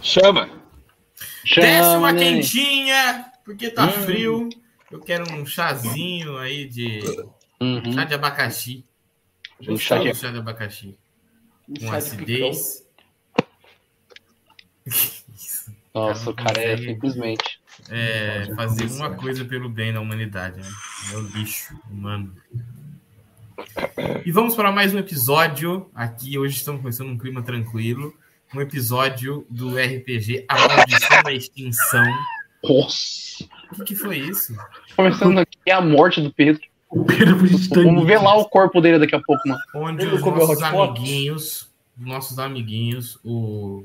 Chama. Chama Desce uma quentinha, porque tá hum. frio. Eu quero um chazinho aí de. Uhum. Chá de abacaxi. Um chá, de... chá de abacaxi. Um com acidez. Isso. Nossa, o cara é simplesmente. É, fazer uma coisa pelo bem da humanidade. Né? É o lixo humano. E vamos para mais um episódio. Aqui hoje estamos começando um clima tranquilo. Um episódio do RPG A Maldição da Extinção. Nossa! O que, que foi isso? Começando aqui é a morte do Pedro. O Pedro foi Vamos Vamos velar o corpo dele daqui a pouco, mano. Onde os nossos amiguinhos, nossos amiguinhos, o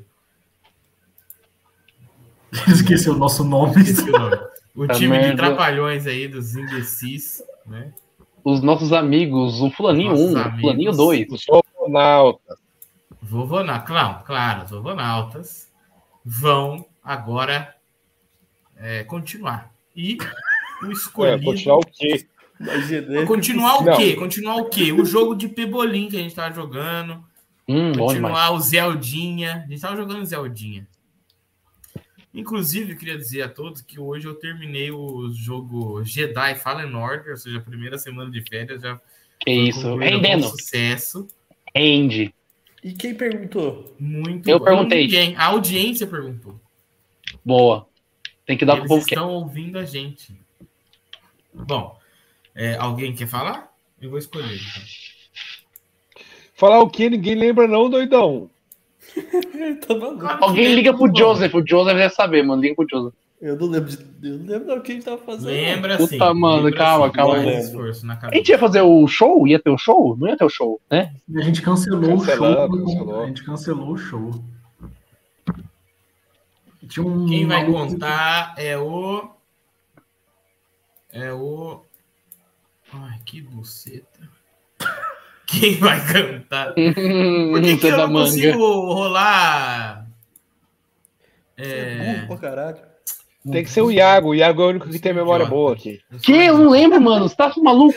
Esqueceu o nosso nome. Esqueci o nome. O time merda. de trapalhões aí, dos imbecis, né? Os nossos amigos, o Fulaninho 1, um, o Fulaninho 2. Os Vovonautas. Vovona, claro, claro, os Vovonautas vão agora é, continuar. E o escolhido... É, continuar o quê? Continuar o quê? Continuar o quê? O jogo de pebolim que a gente tava jogando. Hum, continuar o Zeldinha. A gente tava jogando Zeldinha. Inclusive, eu queria dizer a todos que hoje eu terminei o jogo Jedi Fallen Order, ou seja, a primeira semana de férias já. Que isso, rendendo. Um sucesso. Rende. E quem perguntou? Muito Eu bom. perguntei. Ninguém. A audiência perguntou. Boa. Tem que dar Eles pro povo estão ouvindo a gente. Bom, é, alguém quer falar? Eu vou escolher. Então. Falar o que ninguém lembra, não, doidão. claro Alguém liga pro Joseph, o Joseph deve saber, mano. Liga pro Joseph. Eu não lembro, de, eu não lembro do que a gente tava fazendo. Lembra Puta, sim. um mano, lembra calma, calma. calma. A gente ia fazer o show? Ia ter o show? Não ia ter o show, né? A gente cancelou Cancelado, o show. cancelou. A gente cancelou o show. Tinha um Quem Hum, vai maluco- contar é o. É o. Ai, que buceta. Quem vai cantar? Por que, que Toda eu não manga. consigo rolar? É. Burro pra caralho. Tem que ser o Iago. O Iago é o único que tem memória boa aqui. Que? Eu não lembro, mano. Você tá maluco?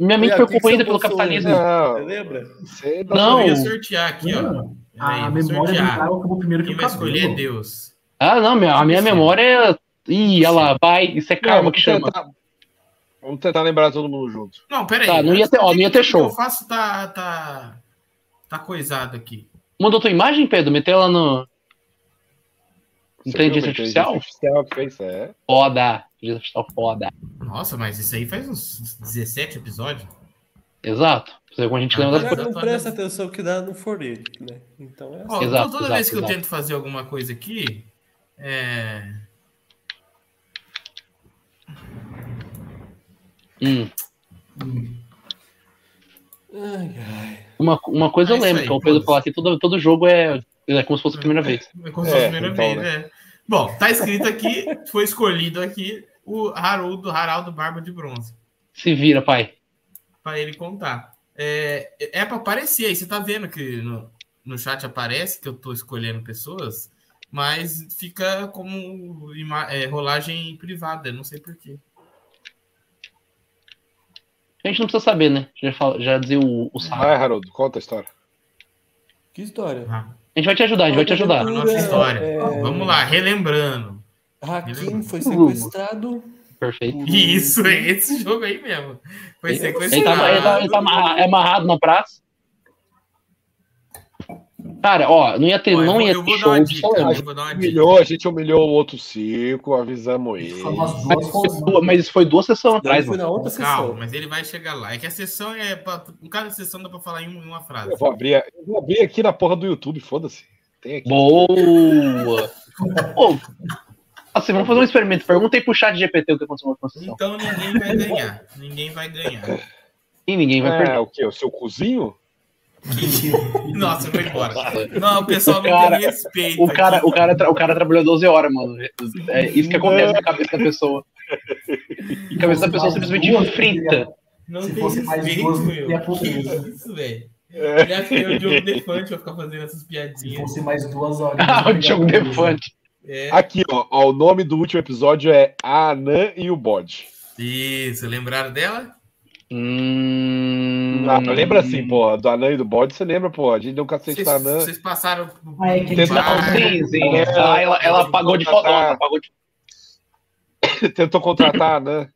Minha mente Iago, foi o que que corroída você pelo almoçou hoje? capitalismo. Você Não, lembra? você Não. Eu ia sortear aqui, ó. Mano, Peraí, A vou memória do sortear. cara acabou primeiro que Quem o vai escolher é cabelo. Deus. Ah, não, minha, a minha memória. é, Ih, olha lá, vai. Isso é Não, então, tá- karma vamos que chama. tentar- Vamos tentar lembrar todo mundo junto. Não, peraí. Tá, não ia ter- ó, não ia ter show. O que eu faço tá, tá, tá coisado aqui. Mandou tua imagem, Pedro? Meteu ela no. Inteligência Você viu, artificial? artificial que fez, é. Foda. Inteligência artificial foda. Nossa, mas isso aí faz uns 17 episódios. Exato. Fazer como a gente Ah, lembra das tá. coisas. Mas não presta atenção que dá no fornilho, né? Então é assim. Ó, Exato, toda exato, vez que exato. eu tento fazer alguma coisa aqui, é... Hum. Ai, ai. Uma, uma coisa É eu isso lembro, aí, que é o Pedro foda-se. falar que todo, todo jogo é, é como se fosse a primeira vez. é como se fosse a É, primeira então, vez, é. Bom, tá escrito aqui, foi escolhido aqui o Haroldo, Haraldo Barba de Bronze. Se vira, pai. para ele contar. É, é para aparecer aí. Você tá vendo que no, no chat aparece que eu tô escolhendo pessoas, mas fica como ima- é, rolagem privada, não sei porquê. A gente não precisa saber, né? Já, fala, já dizia o, o Sarah. Vai, Haroldo, conta a história. Que história. A gente vai te ajudar, a gente vai te ajudar. A Ah, nossa história. É. Vamos lá, relembrando. Hakim foi Lula. sequestrado. Perfeito. por um- E isso, é esse jogo aí mesmo. Foi Ele tá, ele tá- ele tá sequestrado. amarra- é amarrado na praça. Cara, ó, não ia ter, Ó, eu não vou- ia eu ter vou dar show uma de dica, Solange. eu vou dar uma dica. Humilhou, a gente humilhou o outro circo, avisamos ele. assim, Falou as Mas isso duas foi duas- Mas isso foi duas sessões Daí atrás, foi mano. na outra Calma, sessão. mas ele vai chegar lá. É que a sessão é. Pra, cada sessão dá pra falar em uma frase. Eu vou abrir, eu vou abrir aqui na porra do YouTube, foda-se. Tem aqui. Boa! Ô, assim, vamos fazer um experimento. Pergunta aí pro chat GPT o que aconteceu com a sessão. Então ninguém vai ganhar. Ninguém vai ganhar. E ninguém vai É, perder. o quê? O seu cozinho? Nossa, foi embora. Não, o pessoal não Cara, tem respeito. O cara, aqui. o, cara, tra- o cara trabalhou 12 horas, mano. É isso que acontece na cabeça da pessoa. E a cabeça da pessoa é simplesmente frita. não Se tem fosse mais respeito, duas, meu. ia pro Que mesmo. isso, velho. Ele acha que eu, o Diogo Defante, vou ficar fazendo essas Se piadinhas. fosse mais duas horas. Ah, o Diogo Defante. É. Aqui, ó, ó, O nome do último episódio é A Anã e o Bode. Isso, lembraram dela? Hum... Ah, lembra assim, pô, do anão e do bode, você lembra, pô, a gente deu um cacete Vocês, na anã. vocês passaram. por- Ah, é que por Sim, Não, bar, sim, sim. É. Ela, ela, ela apagou de foto. Nossa, apagou de... Tentou contratar a anã.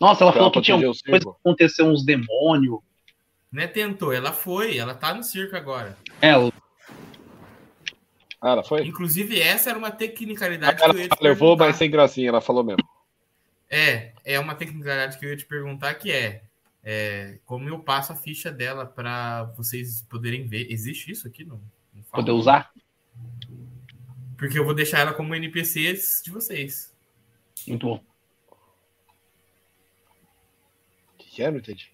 Nossa, ela pra falou que tinha proteger o coisa que circo. aconteceu, uns demônios. Né, tentou, ela foi, ela tá no circo agora. Ela. Ah, ela foi? Inclusive, essa era uma tecnicalidade Ela que eu ia te levou, perguntar. mas sem gracinha, ela falou mesmo. É, é uma tecnicalidade que eu ia te perguntar que é, é, como eu passo a ficha dela pra vocês poderem ver. Existe isso aqui? Não, não fala. Poder usar? Porque eu vou deixar ela como NPC de vocês. Muito bom. O que que é? Não entendi.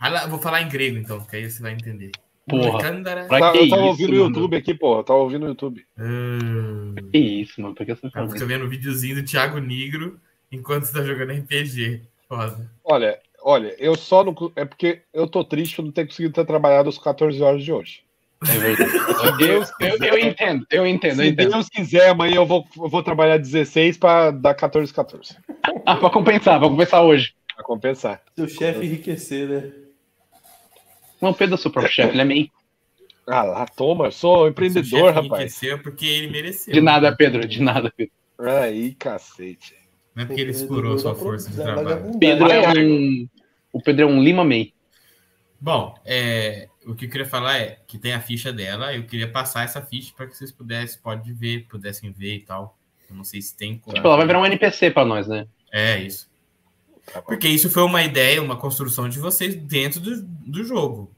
Ela- eu Ah, vou falar em grego, então, que aí você vai entender. né? Porra. Cândara. Pra Tá, que eu tava isso, ouvindo o mano? YouTube aqui, pô, eu tava ouvindo o YouTube. Ah, Que isso, mano. Pra que essa eu tô vendo o videozinho do Thiago Negro enquanto você tá jogando RPG. Foda. Olha, olha, eu só não. cu- É porque eu tô triste por não ter conseguido ter trabalhado os 14 horas de hoje. É verdade. Eu, eu, eu entendo, eu entendo, eu Se entendo. Deus quiser, amanhã eu vou, eu vou trabalhar 16 pra dar 14, 14. Ah, pra compensar, pra compensar hoje. Pra compensar. Seu chefe enriquecer, né? Não, Pedro é seu próprio chefe, ele é meio. Ah lá, toma, eu sou Seu empreendedor, chefe rapaz. enriqueceu porque ele mereceu. De nada, Pedro, de nada, Pedro. Aí, cacete. Não é porque ele explorou sua força de Da trabalho. vagabundagem. Pedro é um. O Pedro é um Lima Man. Bom, é, o que eu queria falar é que tem a ficha dela, eu queria passar essa ficha para que vocês pudessem, pode ver, pudessem ver e tal. Eu não sei se tem como. Tipo, ela vai virar um NPC pra nós, né? É isso. Tá bom. Porque isso foi uma ideia, uma construção de vocês dentro do, do jogo.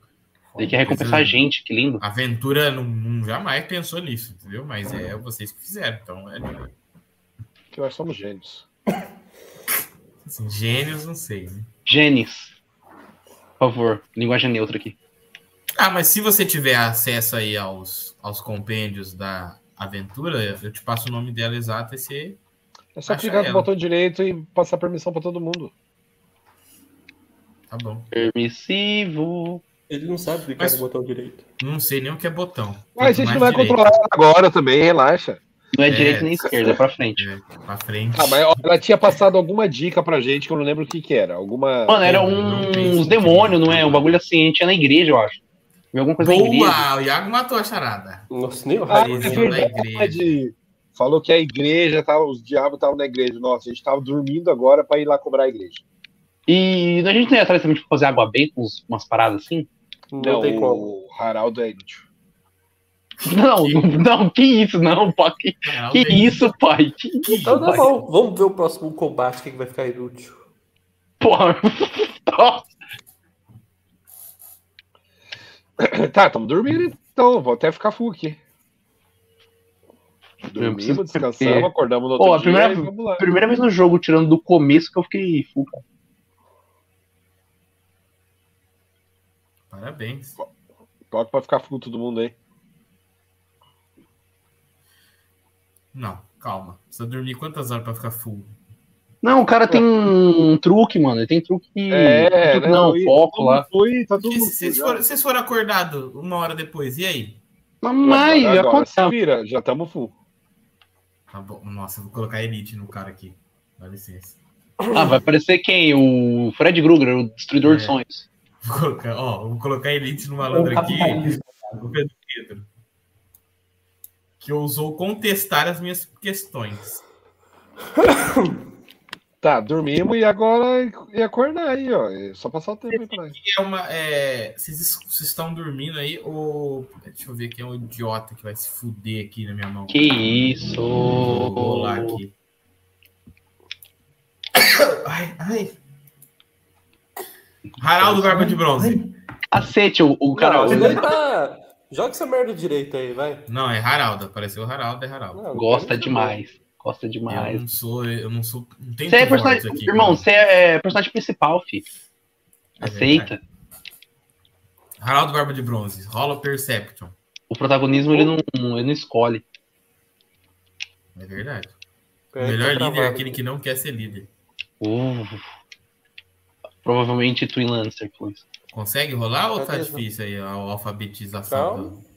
Ele quer Uhum. recompensar a gente, que lindo. A Aventura não, não jamais pensou nisso, entendeu? Mas é vocês que fizeram, então é Que nós somos gênios. assim, gênios, não sei. né? Genes. Por favor, linguagem neutra aqui. Ah, mas se você tiver acesso aí aos, aos compêndios da aventura, eu te passo o nome dela exato e você É só Acha clicar no ela. botão direito e passar permissão pra todo mundo. tá bom. Permissivo. Ele não sabe clicar Mas- no botão direito. Não sei nem o que é botão. Mas a Quanto gente não mais vai direito, controlar ela agora também, relaxa. Não é É. direita nem esquerda, é pra frente. é, Pra frente. Ah, mas ela tinha passado alguma dica pra gente que eu não lembro o que que era. Alguma. Mano, era É. Não tem um- uns sentido. demônios, não é? Um bagulho assim, a gente ia na igreja, eu acho. Viu alguma coisa na igreja. Boa! O Iago matou a charada. Nossa, nem o Ah, Raiz. Raizinho é da igreja. verdade. Falou que a igreja, tava, os diabos estavam na igreja. Nossa, a gente tava dormindo agora pra ir lá cobrar a igreja. E a gente não ia atrás também de fazer água bem com uns- umas paradas assim? não, Não, tem o como. Haraldo é inútil. Não, Que- não, que isso, não, pai. Que, Caralho, que bem. isso, pai? Que isso, Então tá pai? bom, vamos ver o próximo combate, quem que vai ficar inútil. Porra. Tá, estamos dormindo então. Vou até ficar full aqui. Eu preciso Dormimos, descansamos, beber. acordamos no Pô, outro a primeira- dia e vamos lá. Primeira vez no jogo, tirando do começo, que eu fiquei full. cara. Parabéns. Toque pra ficar full todo mundo aí. Não, calma. Precisa dormir quantas horas pra ficar full? Não, o cara tem um truque, mano. Ele tem truque. que- É, né, truque não, e foco todo lá. mundo Foi, tá todo Porque mundo se vocês já. foram, vocês foram acordados uma hora depois, e aí? Mamãe, agora, agora acontece. se vira, já estamos full. Tá bom. Nossa, eu vou colocar elite no cara aqui. Dá licença. Ah, vai aparecer quem? O Fred Krueger, o destruidor de É. sonhos. Vou colocar, ó, eu vou colocar elite no o malandro aqui. capitalismo. O Pedro Pedro. Que ousou contestar as minhas questões. Tá, dormimos e agora e acordar aí, ó. É Só passar o tempo aí pra nós. é uma. É, vocês, es- vocês estão dormindo aí, ou. Deixa eu ver quem é um idiota que vai se fuder aqui na minha mão. Que isso. Vou rolar aqui. Ai, ai. Haraldo Garba de Bronze. Cacete, o, o cara. Não, ele- ele tá... Joga essa merda direito aí, vai. Não, é Haraldo. Apareceu o Haraldo, é Haraldo. Não, tá Gosta não quero demais. Gosta Eu demais. não sou. Eu não sou. Não tem Você é personagem. irmão, você é personagem principal, fi. né? É Aceita. Haraldo Garba de Bronze. Rola Perception. O protagonismo ele não, ele não escolhe. É verdade. O saber. melhor Tá líder é travado. aquele que não quer ser líder. Uh, provavelmente Twin Lancer, por isso. Consegue rolar ou tá Beleza. difícil aí a alfabetização? Calma.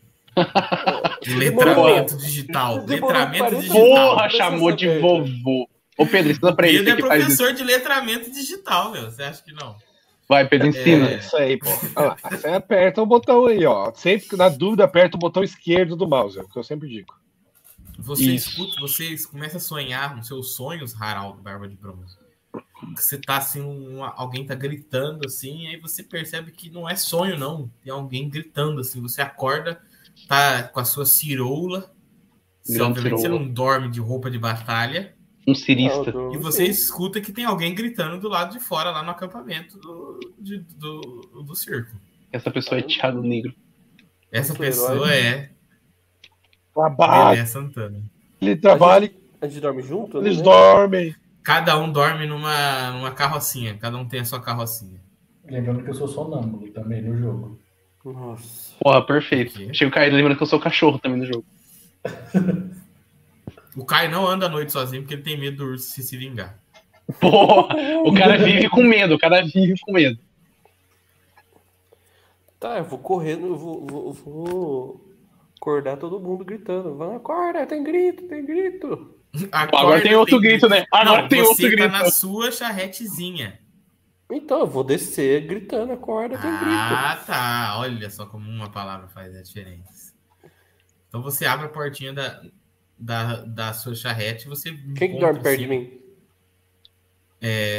do- do Letramento digital. Demorou Letramento 40 digital. Porra, Não precisa chamou de saber, vovô. Ô, Pedro, ensina pra ele. Você Pedro é que faz isso. professor de letramento digital, meu. Você acha que não? Vai, Pedro, ensina. É. Isso aí, pô. Olha lá, você aperta o botão aí, ó. Sempre que na dúvida, aperta o botão esquerdo do mouse, é o que eu sempre digo. Você Isso. escuta, você começa a sonhar nos seus sonhos, Haraldo Barba de Bronze. Que Você tá assim, um- alguém tá gritando assim, aí você percebe que não é sonho, não. Tem alguém gritando assim. Você acorda, tá com a sua ciroula. Você, Grande obviamente ciroula. você não dorme de roupa de batalha. É. Um cirista. é E você escuta que tem alguém gritando do lado de fora, lá no acampamento do, de- do, do circo. Essa pessoa é Thiago Negro. Essa Super pessoa né? é Ah. Trabalho, Pelé Santana. ele trabalha, A gente dorme junto? eles né? dormem. Cada um dorme numa, numa carrocinha, cada um tem a sua carrocinha. Lembrando que eu sou sonâmbulo também no jogo. Nossa. Porra, perfeito. Achei o Caio lembrando que eu sou o cachorro também no jogo. O Caio não anda à noite sozinho porque ele tem medo do urso se, se vingar. Porra, o cara vive com medo, o cara vive com medo. Tá, eu vou correndo, eu vou, vou, vou acordar todo mundo gritando. Vai, acorda, tem grito, tem grito. Acorda, Agora tem outro grito, né? Agora Não, tem outro Você tá grito. na sua charretezinha. Então, eu vou descer gritando, acorda, tem um grito. Ah, tá. Olha só como uma palavra faz a diferença. Então você abre a portinha da, da, da sua charrete e você. Quem que encontra, dorme perto assim, de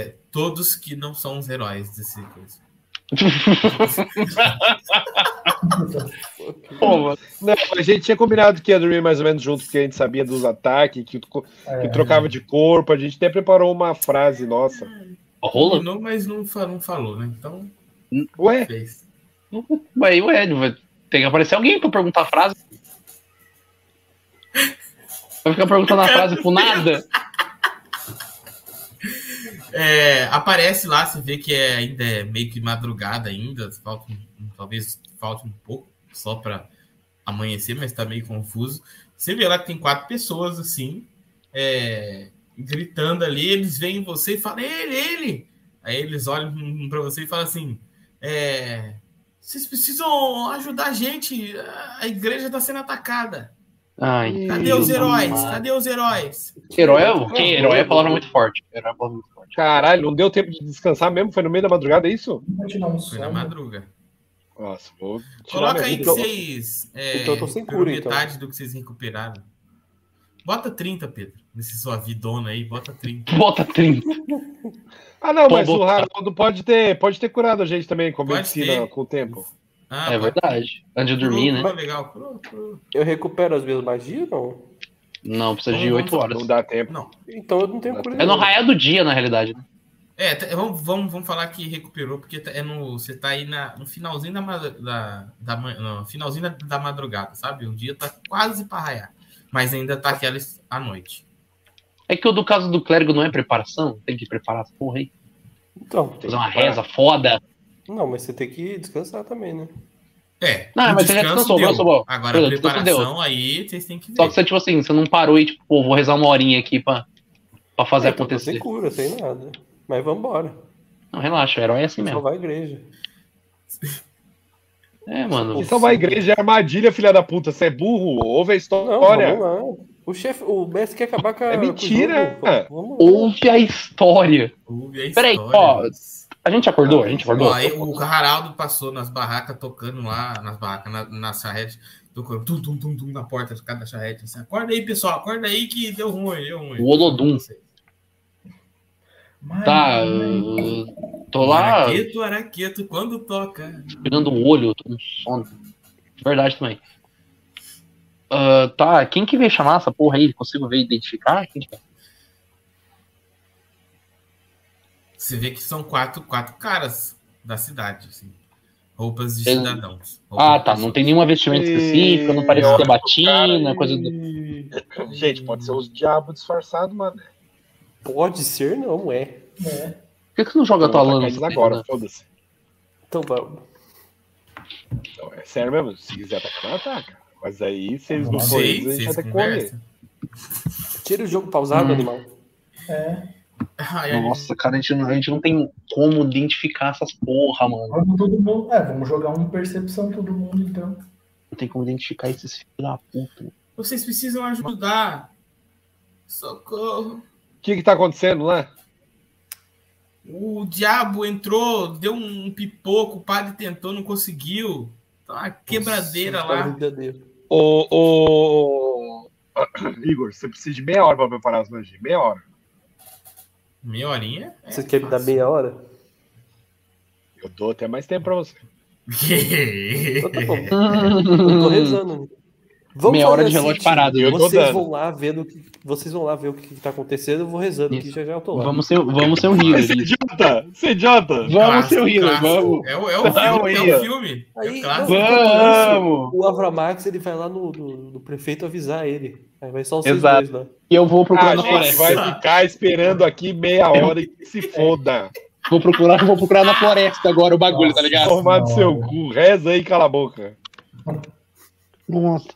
mim? Todos que não são os heróis desse coisa. Porra, Não, Né, a gente tinha combinado que ia dormir mais ou menos junto, porque a gente sabia dos ataques, que, co- É, que trocava de corpo. A gente até preparou uma frase nossa. rola? Não, mas não, fa- não falou, né? Então Ué, fez. Ué, ué, vai- tem que aparecer alguém pra perguntar a frase. Vai ficar perguntando a frase pro nada? É, aparece lá, você vê que é, ainda é meio que madrugada ainda, falta um- um- talvez falte um pouco só para amanhecer, mas tá meio confuso. Você vê lá que tem quatro pessoas assim, é, gritando ali, eles veem você e falam, ele, ele! Aí eles olham para você e falam assim, é, vocês precisam ajudar a gente, a igreja tá sendo atacada. Ai, Cadê filho os da heróis? mãe. Cadê os heróis? Herói é o quê? Herói é a palavra muito forte. Herói é a palavra muito forte. caralho, não deu tempo de descansar mesmo? Foi no meio da madrugada, é isso? Vou tirar um Foi na sono. madruga. Nossa, vou tirar Coloca aí que minha- vocês. É, então eu tô sem recuperam cura, então. metade do que vocês recuperaram. Bota 30, Pedro. Nesse sua vidona aí, bota 30. Bota 30. Ah, não, Pô, mas o botar. Haroldo pode ter, pode ter curado a gente também com a Pode medicina ter. com o tempo. Ah, É bota- verdade. Antes de dormir, né? Pô, Legal. Pô, pô. Eu recupero as minhas magias, não? Não, precisa de 8 horas. Não dá tempo. Não. Então eu não tenho cura É no nenhuma. raiar do dia, na realidade. né? É, tá- vamos, vamos, vamos falar que recuperou, porque tá- é no, você tá aí na- no finalzinho da, ma- da, da ma- não, finalzinho da, da madrugada, sabe? O dia tá quase pra raiar. Mas ainda tá aquela es- à noite. É que o do caso do clérigo não é preparação? Tem que preparar essa porra aí. Então, Fazer uma reza foda. não, mas você tem que descansar também, né? É. Não, o Ah, mas você já descanso descansou, deu. mas, Sobol, Agora Pedro, a descanso deu. preparação aí, vocês têm que ver. Só que você, tipo assim, você não parou e, tipo, pô, vou rezar uma horinha aqui pra, pra fazer Então, tô Sem acontecer. cura, sem nada. Mas vambora. Não, relaxa, o herói é assim Só mesmo. vai à igreja. É, mano. Isso é uma igreja, é armadilha, filha da puta. Você é burro, ouve a Não, história. vamos lá. O chefe, o mestre quer acabar com a. É com o mentira. jogo, pô. Vamos lá. Ouve a história. né? Ah, Ouve a Peraí, história. ó, A gente acordou? A gente acordou? Ó, aí o Haraldo passou nas barracas tocando lá, nas barracas, na, na charrete, tocando tum, tum, tum, tum na porta de cada charrete. assim, acorda aí, pessoal, acorda aí que deu ruim, deu ruim. O Olodum. Mas- é, Tá, eu tô lá Araqueto, araqueto, quando toca. virando o olho, eu tô com sono. De Verdade também. Ah, tá, quem que veio chamar essa porra aí? Consigo ver e identificar? Quem que é? Você vê que são quatro, quatro caras da cidade, assim. Roupas de Tem- cidadãos. Ah, tá, não tem nenhuma vestimenta E- específica, não parece ser batina, é coisa do... E- Gente, pode ser os diabos disfarçados, mano. Pode ser, não é. É. Por que que você não joga a Vamos tua atacar lana? eles nessa tá agora, porra? foda-se. Então vamos. Então, é sério mesmo, se quiser atacar, não ataca. Mas aí, se eles Não não Não forem, sei, eles, a gente vai vocês ter que correr. conversam. Tira o jogo pausado, Hum. animal. É. Ai, ai, Nossa, cara, a gente, não, a gente não tem como identificar essas porra, mano. Vamos todo mundo. É, vamos jogar um percepção todo mundo então. Não tem como identificar esses filhos da puta. Vocês precisam ajudar. Socorro. que que tá acontecendo lá? O diabo entrou, deu um pipoco, o padre tentou, não conseguiu. Tá uma quebradeira Nossa, lá. vida dele. Ô, ô, Igor, você precisa de meia hora pra preparar as magias. Meia hora. Meia horinha? É Você quer me dar fácil. meia hora? Eu dou até mais tempo pra você. Então tá bom. Eu tô rezando. amigo. Vamos Meia fazer hora de assim, relógio tipo, parado. Eu tô Vocês dando. vão lá ver o que vocês vão lá ver o que tá acontecendo, eu vou rezando que Isso. já já eu tô lá. Vamos ser, vamos ser um healer. Você é idiota! Você é idiota! Vamos ser um healer, clássico. vamos. É o, é o filme, é Ia. o filme. É Aí, o clássico. não, Vamos! O Avramax ele vai lá no, no- no prefeito avisar ele. Aí vai só os Exato. dois lá. E eu vou Ah, a procurar na gente floresta. vai ficar esperando aqui meia hora e que se foda. Vou procurar, vou procurar na floresta agora o bagulho, tá ligado? Tomar do seu Nossa. cu, reza aí, cala a boca. Nossa.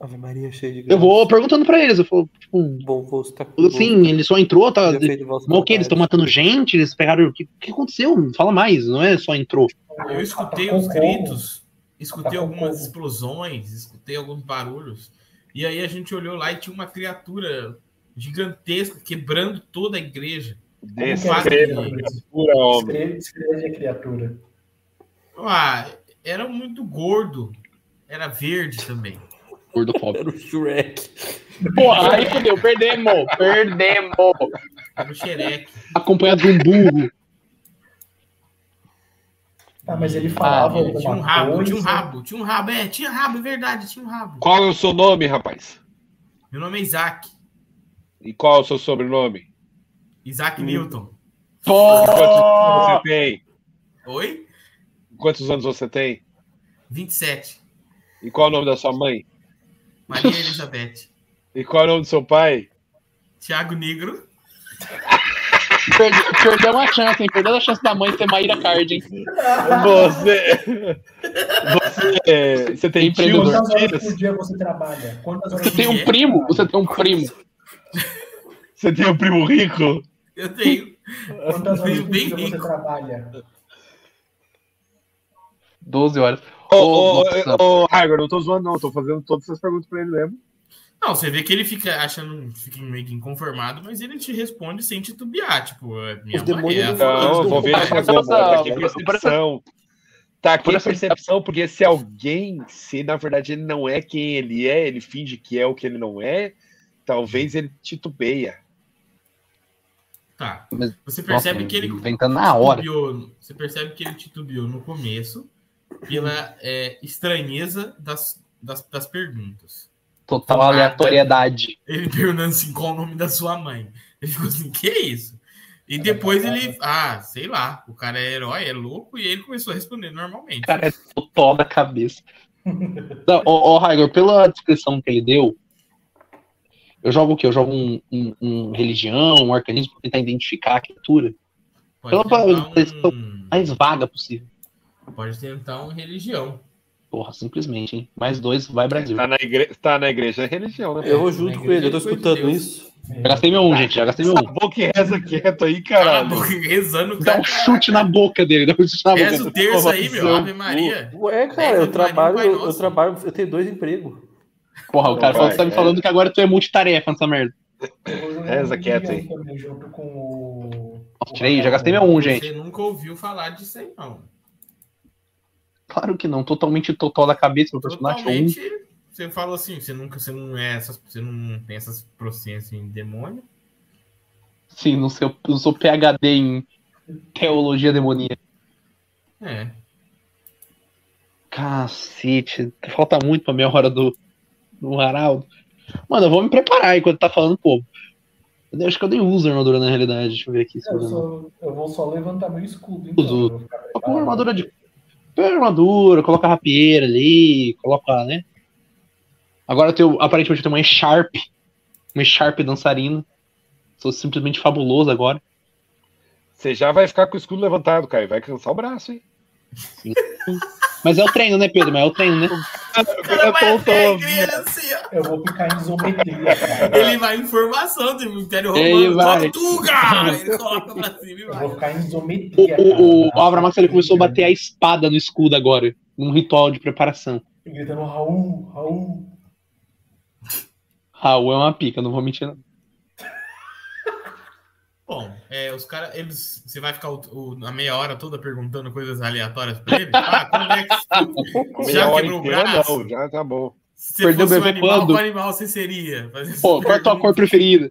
Ave Maria cheia de graça. Eu vou perguntando pra eles. Eu falo, tipo, Bom rosto tá com assim, ele só entrou, tá. bom, defeito vosso Mas o que? Eles estão vontade. matando gente? Eles pegaram. O que, o que aconteceu? Não Fala mais, não é só entrou. Eu escutei Tá Atacou uns como? gritos, escutei Atacou algumas como? explosões, escutei alguns barulhos. E aí a gente olhou lá e tinha uma criatura gigantesca quebrando toda a igreja. Descreva, Como que é? pura homem. Escreve, escreve a criatura. Ah, era muito gordo. Era verde também. Gordo pobre. Era o Shrek. Porra, aí fodeu, perdemos, perdemos. Era um xereque. Acompanhado de um burro. Ah, mas ele falava ele Tinha alguma um rabo, coisa. tinha um rabo, tinha um rabo. É, tinha rabo, é verdade, tinha um rabo. Qual é o seu nome, rapaz? Meu nome é Isaac. E qual é o seu sobrenome? Isaac Newton. Quantos anos Porra! você tem? Oi? Quantos anos você tem? 27. E qual é o nome da sua mãe? Maria Elizabeth. E qual é o nome do seu pai? Tiago Negro. Perde- Perdemos a chance, hein? Perdemos a chance da mãe ser Maíra Card, hein? Você. Você, você tem tios, Empreendedor. Quantas horas tias? por dia você trabalha? Quantas horas Você tem é? um primo? Você tem um primo. Você tem um primo rico? Eu tenho. Quantas horas Meio por bem dia um você rico. trabalha? 12 horas. Ô, Ô, ô, nossa. ô, ô, Raigo, não tô zoando, não. Tô fazendo todas essas perguntas pra ele mesmo. Não, você vê que ele fica achando, fica meio que inconformado, mas ele te responde sem titubear. Tipo, é, minha Os mãe é demônios a não fulana. Não, eu vou ver se é Gomorra. Tá aqui Nossa, percepção. Tá aqui por essa- percepção, porque se alguém, se na verdade ele não é quem ele é, ele finge que é o que ele não é, talvez ele titubeia. Tá. Mas- Você percebe que ele Inventando na hora. titubeou- você percebe que ele titubeou no começo pela é, estranheza das, das, das perguntas. Total Ah, aleatoriedade. Ele perguntando assim, qual o nome da sua mãe. Ele ficou assim, que isso? E depois ele, ah, sei lá, o cara é herói, é louco, e ele começou a responder normalmente. cara é total da cabeça. Não, Ô, ô Raigor, pela descrição que ele deu, eu jogo o quê? Eu jogo um, um- um religião, um arcanismo pra tentar identificar a criatura Pode Pela tentar descrição- um- mais vaga possível. pode tentar uma religião. Porra, simplesmente, hein? Mais dois, vai Brasil. Tá na, igre... tá na igreja, é religião, né? Eu junto com ele, eu tô escutando isso. Já gastei meu um, gente, já gastei meu Essa um. boca Tá que reza quieto aí, Cala a caralho. boca, rezando, Dá cara. um chute na boca dele, dá um chute na Reza boca. o terço aí, meu. Seu Ave Maria. Ué, cara, eu Pai trabalho, Nosso. eu, eu trabalho, eu tenho dois empregos. Porra, o cara Vai, falou que tá me é. falando que agora tu é multitarefa nessa merda. Eu vou jogar Reza um quieto milhão aí. também, junto com o- Nossa, tirei, já gastei meu um, gente. Você nunca ouviu falar disso aí, não. Claro que não, totalmente totó da cabeça, meu personagem é um. Totalmente. Você falou assim, você nunca, você não é essas, você não tem essas processos em demônio. Sim, não sei, eu não sou PHD em teologia demoníaca. É. Cacete, falta muito pra meia hora do, do Haraldo. Mano, eu vou me preparar enquanto tá falando, pô. Eu acho que eu dei um user armadura na realidade. Deixa eu ver aqui. Se eu Eu, dei não. sou- eu vou só levantar meu escudo, então. Os- eu vou ficar Coloca uma preparado. armadura de. Pega a armadura, coloca a rapieira ali, coloca, né? Agora eu tenho, aparentemente eu tenho uma Sharp. Uma Sharp dançarina. Sou simplesmente fabuloso agora. Você já vai ficar com o escudo levantado, cara. Vai cansar o braço, hein? Mas é o treino, né, Pedro? Mas é o treino, né? Eu tô- tô- assim, ó. Eu vou ficar em isometria, cara. Ele vai em formação do Império Romano. É. Ele vai. Tortuga! Ele coloca pra cima e Eu vou vai. ficar em O, isometria, é, cara. o, o, o Avramax ele começou a bater a espada no escudo agora. Num ritual de preparação. Gritando, Raul, Raul. Raul é uma pica, não vou mentir. não. é, os caras, eles. Você vai ficar o, o- a meia hora toda perguntando coisas aleatórias pra ele? Ah, quando é que Meia já hora quebrou o inteira, braço? Não, já tá bom. Se Perdeu fosse o um bebê animal, quando? qual animal você seria? Fazer essa Pô, qual é a tua pergunta. cor preferida?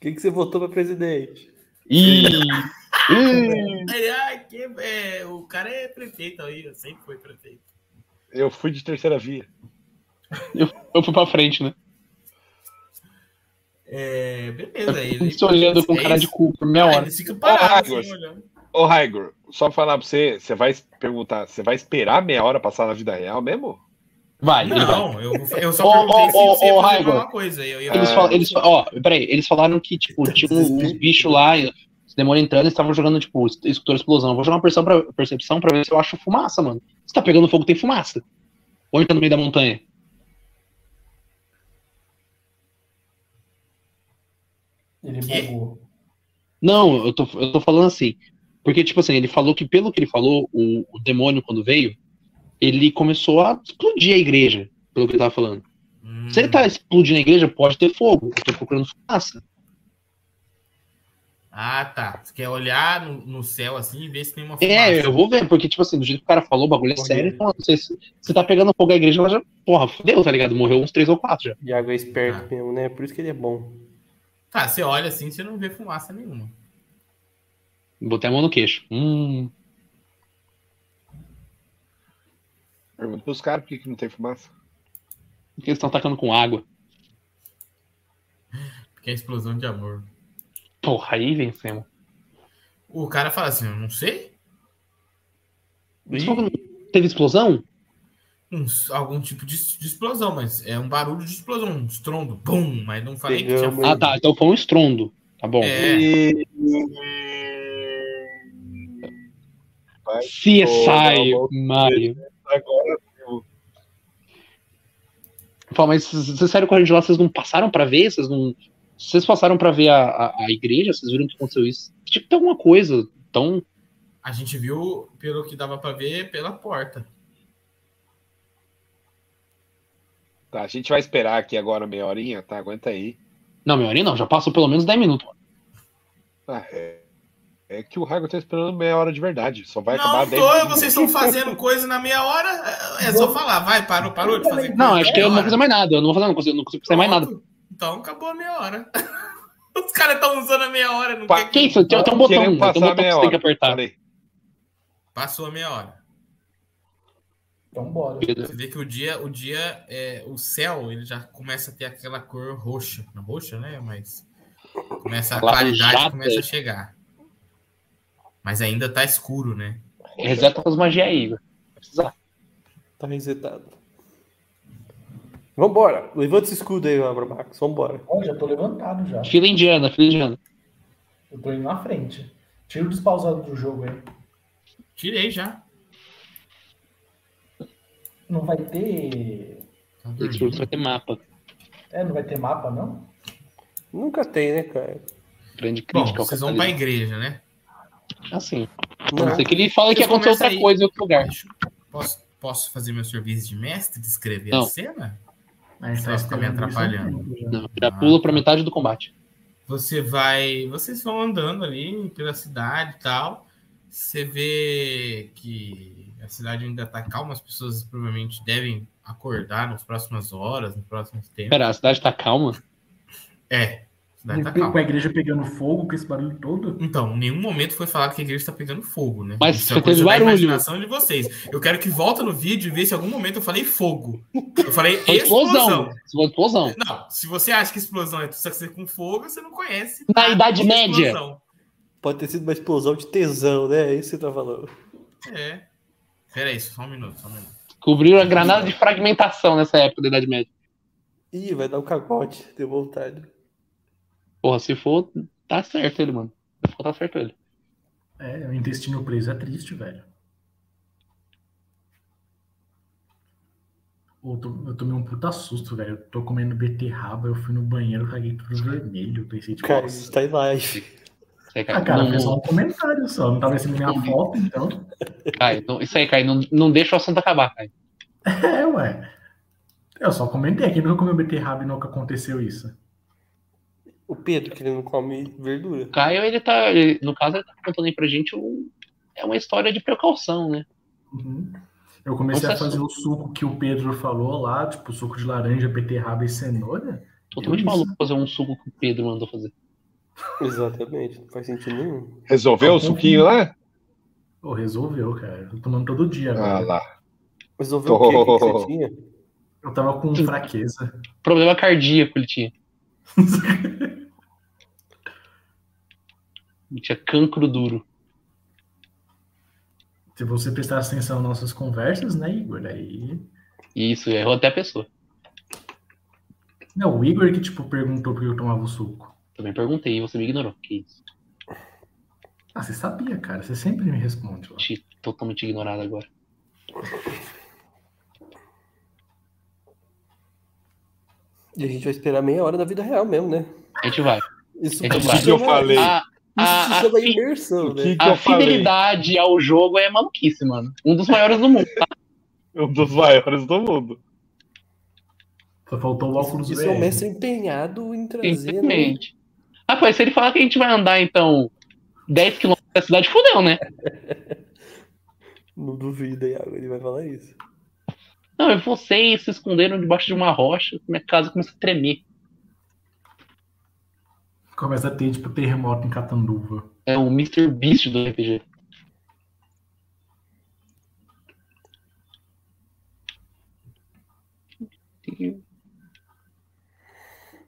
Quem que você votou pra presidente? Ih! Ih! Aí, ai, que- é, o cara é prefeito aí, sempre foi prefeito. Eu fui de terceira via. Eu fui pra frente, né? É, beleza. aí Eu Ele, Estou olhando com é cara de isso. cu por meia Ah, hora. Ele fica parado, Ó, assim, Águas. olhando. Ô, Raigor, só falar pra você, você vai perguntar, você vai esperar meia hora passar na vida real mesmo? Vai, ele vai. Não, eu, eu só Ô, perguntei ô, ô, se você ia ô, fazer Raigor. alguma coisa. Eu ia Eles falam, eles, fa- ó, peraí, eles falaram que, tipo, tinha uns uns bichos lá, e os demônios entrando, eles estavam jogando, tipo, es- escultor explosão. Vou jogar uma percepção pra, percepção pra ver se eu acho fumaça, mano. Se tá pegando fogo, tem fumaça. Ou entra no meio da montanha. Ele Quê? bugou. Não, eu tô, eu tô falando assim. Porque, tipo assim, ele falou que, pelo que ele falou, o, o demônio, quando veio, ele começou a explodir a igreja, pelo que ele tava falando. Hum, Se ele tá explodindo a igreja, pode ter fogo. Eu tô procurando fumaça. Ah, tá. Você quer olhar no, no céu assim e ver se tem uma fumaça. É, eu vou ver, porque, tipo assim, do jeito que o cara falou, o bagulho é Pode sério. ver. Então, se, se tá pegando fogo a igreja, ela já. Porra, fodeu, tá ligado? Morreu uns três ou quatro já. Iago é esperto Ah. mesmo, né? Por isso que ele é bom. Tá, você olha assim, você não vê fumaça nenhuma. Botei a mão no queixo. Hum. Pergunta pros caras por que, que não tem fumaça. Por que eles estão atacando com água? Porque é explosão de amor. Porra, aí vencemos. O cara fala assim, eu não sei. Mas fogo não- Teve explosão? um- algum tipo de, de explosão, mas é um barulho de explosão, um estrondo, bum, mas não falei que tinha Pegamos. Ah, tá. Então foi um estrondo. Tá bom. É, E... CSI, Pô, Mario. Agora, Pô, mas vocês vocês saíram com a gente lá, vocês não passaram pra ver? Vocês não. Vocês passaram pra ver a, a, a igreja? Vocês viram que aconteceu isso? Tinha que ter alguma coisa tão. a gente viu pelo que dava pra ver pela porta. tá, a gente vai esperar aqui agora meia horinha, tá? Aguenta aí. Não, meu ali não, já passou pelo menos 10 minutos. Ah, é... é que o Raigor tá esperando meia hora de verdade. Só vai não, acabar não 10 tô, minutos. vocês estão fazendo coisa na meia hora, é é só falar, vai, parou, parou de fazer Não, coisa acho na que eu meia não vou hora. fazer mais nada. Eu não vou fazer, não consigo, não consigo fazer mais nada. Pronto. Então acabou a meia hora. Os caras estão usando a meia hora, não Pa- quer que Que isso? Tem, tem um botão, tem um Queremos passar botão que meia você tem hora. que apertar. Peraí. passou a meia hora. Então bora. Você vê que o dia, o dia, é, o céu, ele já começa a ter aquela cor roxa. Não roxa, né? Mas começa a Alaranjada. claridade começa a chegar. Mas ainda tá escuro, né? Reseta as magias aí, velho. Vai precisar. Tá resetado. Vambora. Levanta esse escudo aí, Abra Max. Vambora. Ó, já tô levantado já. Fila indiana, fila indiana. Eu tô indo na frente. Tira o despausado do jogo aí. Tirei já. Não vai ter. Tá Esse dormindo. jogo vai ter mapa. É, não vai ter mapa, não? Nunca tem, né, cara? Grande Bom, crítica ao vocês vão pra capitalismo. igreja, né? Assim. A não Não. ser que ele fala que Vocês aconteceu começam outra aí. coisa em outro lugar. Deixa- Posso, posso fazer meu serviço de mestre, descrever a Não. cena? Mas Vai ficar me atrapalhando. Não, já pula pra metade do combate. Você vai. Vocês vão andando ali pela cidade e tal. Você vê que a cidade ainda tá calma, as pessoas provavelmente devem acordar nas próximas horas, nos próximos tempos. Pera, a cidade tá calma? É, a cidade tá Com a calma. igreja pegando fogo, com esse barulho todo? Então, em nenhum momento foi falado que a igreja tá pegando fogo, né? Mas Isso só é teve coisa da barulho. imaginação de vocês. Eu quero que volta no vídeo e veja se em algum momento eu falei fogo. Eu falei Foi explosão. explosão. Foi explosão. Não, se você acha que explosão é só ser com fogo, você não conhece. Na nada Idade de Média. explosão. Pode ter sido uma explosão de tesão, né? É isso que você tá falando. É. Pera aí, só um minuto, só um minuto. Cobriram a granada de fragmentação nessa época da Idade Média. Ih, vai dar um cagote. Deu vontade. Porra, se for, tá certo ele, mano. Se for, tá certo ele. É, o intestino preso é triste, velho. Eu, to- eu tomei um puta susto, velho. Eu tô comendo beterraba, eu fui no banheiro, caguei tudo vermelho. Eu pensei, tipo, Cara, nossa. isso tá em live. Isso aí, Ah, cara, cara, não, foi só um comentário só. Não tava recebendo minha foto, então. Caio, não- isso aí, Caio, não, não deixa o assunto acabar, Caio. É, ué. Eu só comentei. Quem nunca comeu beterraba e nunca aconteceu isso? O Pedro, que ele não come verdura. Caio, ele tá. ele- no caso, ele tá contando aí pra gente um, é uma história de precaução, né? Uhum. Eu comecei Nossa, a fazer o suco que o Pedro falou lá, tipo, suco de laranja, beterraba e cenoura. Totalmente Isso. maluco fazer um suco que o Pedro mandou fazer. Exatamente, não faz sentido nenhum. Resolveu o suquinho lá? Pô, resolveu, cara. Eu tô tomando todo Ah dia agora. lá. Resolveu o quê? O que que Tô. você tinha? Eu tava com fraqueza. Problema cardíaco ele tinha. ele tinha cancro duro. Se você prestasse atenção nas nossas conversas, né, Igor? Aí. E isso, errou até a pessoa. Não, o Igor que, tipo, perguntou por que eu tomava o suco. Também perguntei e você me ignorou. Que isso. Ah, você sabia, cara. Você sempre me responde lá. Te totalmente ignorado agora. E a gente vai esperar meia hora da vida real mesmo, né? A gente vai. Isso, Então isso vai. O que eu chama- falei? A, Isso a, é se a, chama fi- imersão, O que né? que a eu falei? fidelidade ao jogo é maluquice, mano. Um dos maiores do mundo. Um dos maiores do mundo. Só faltou o óculos Isso é um VR. mestre empenhado em trazer. Né? Simplesmente. Rapaz, se ele falar que a gente vai andar, então, 10km da cidade, fudeu, né? Não duvida, Iago, ele vai falar isso. Não, e vocês se esconderam debaixo de uma rocha, minha casa começa a tremer. Começa a ter, tipo, terremoto em Catanduva. É o Mr. Beast do RPG.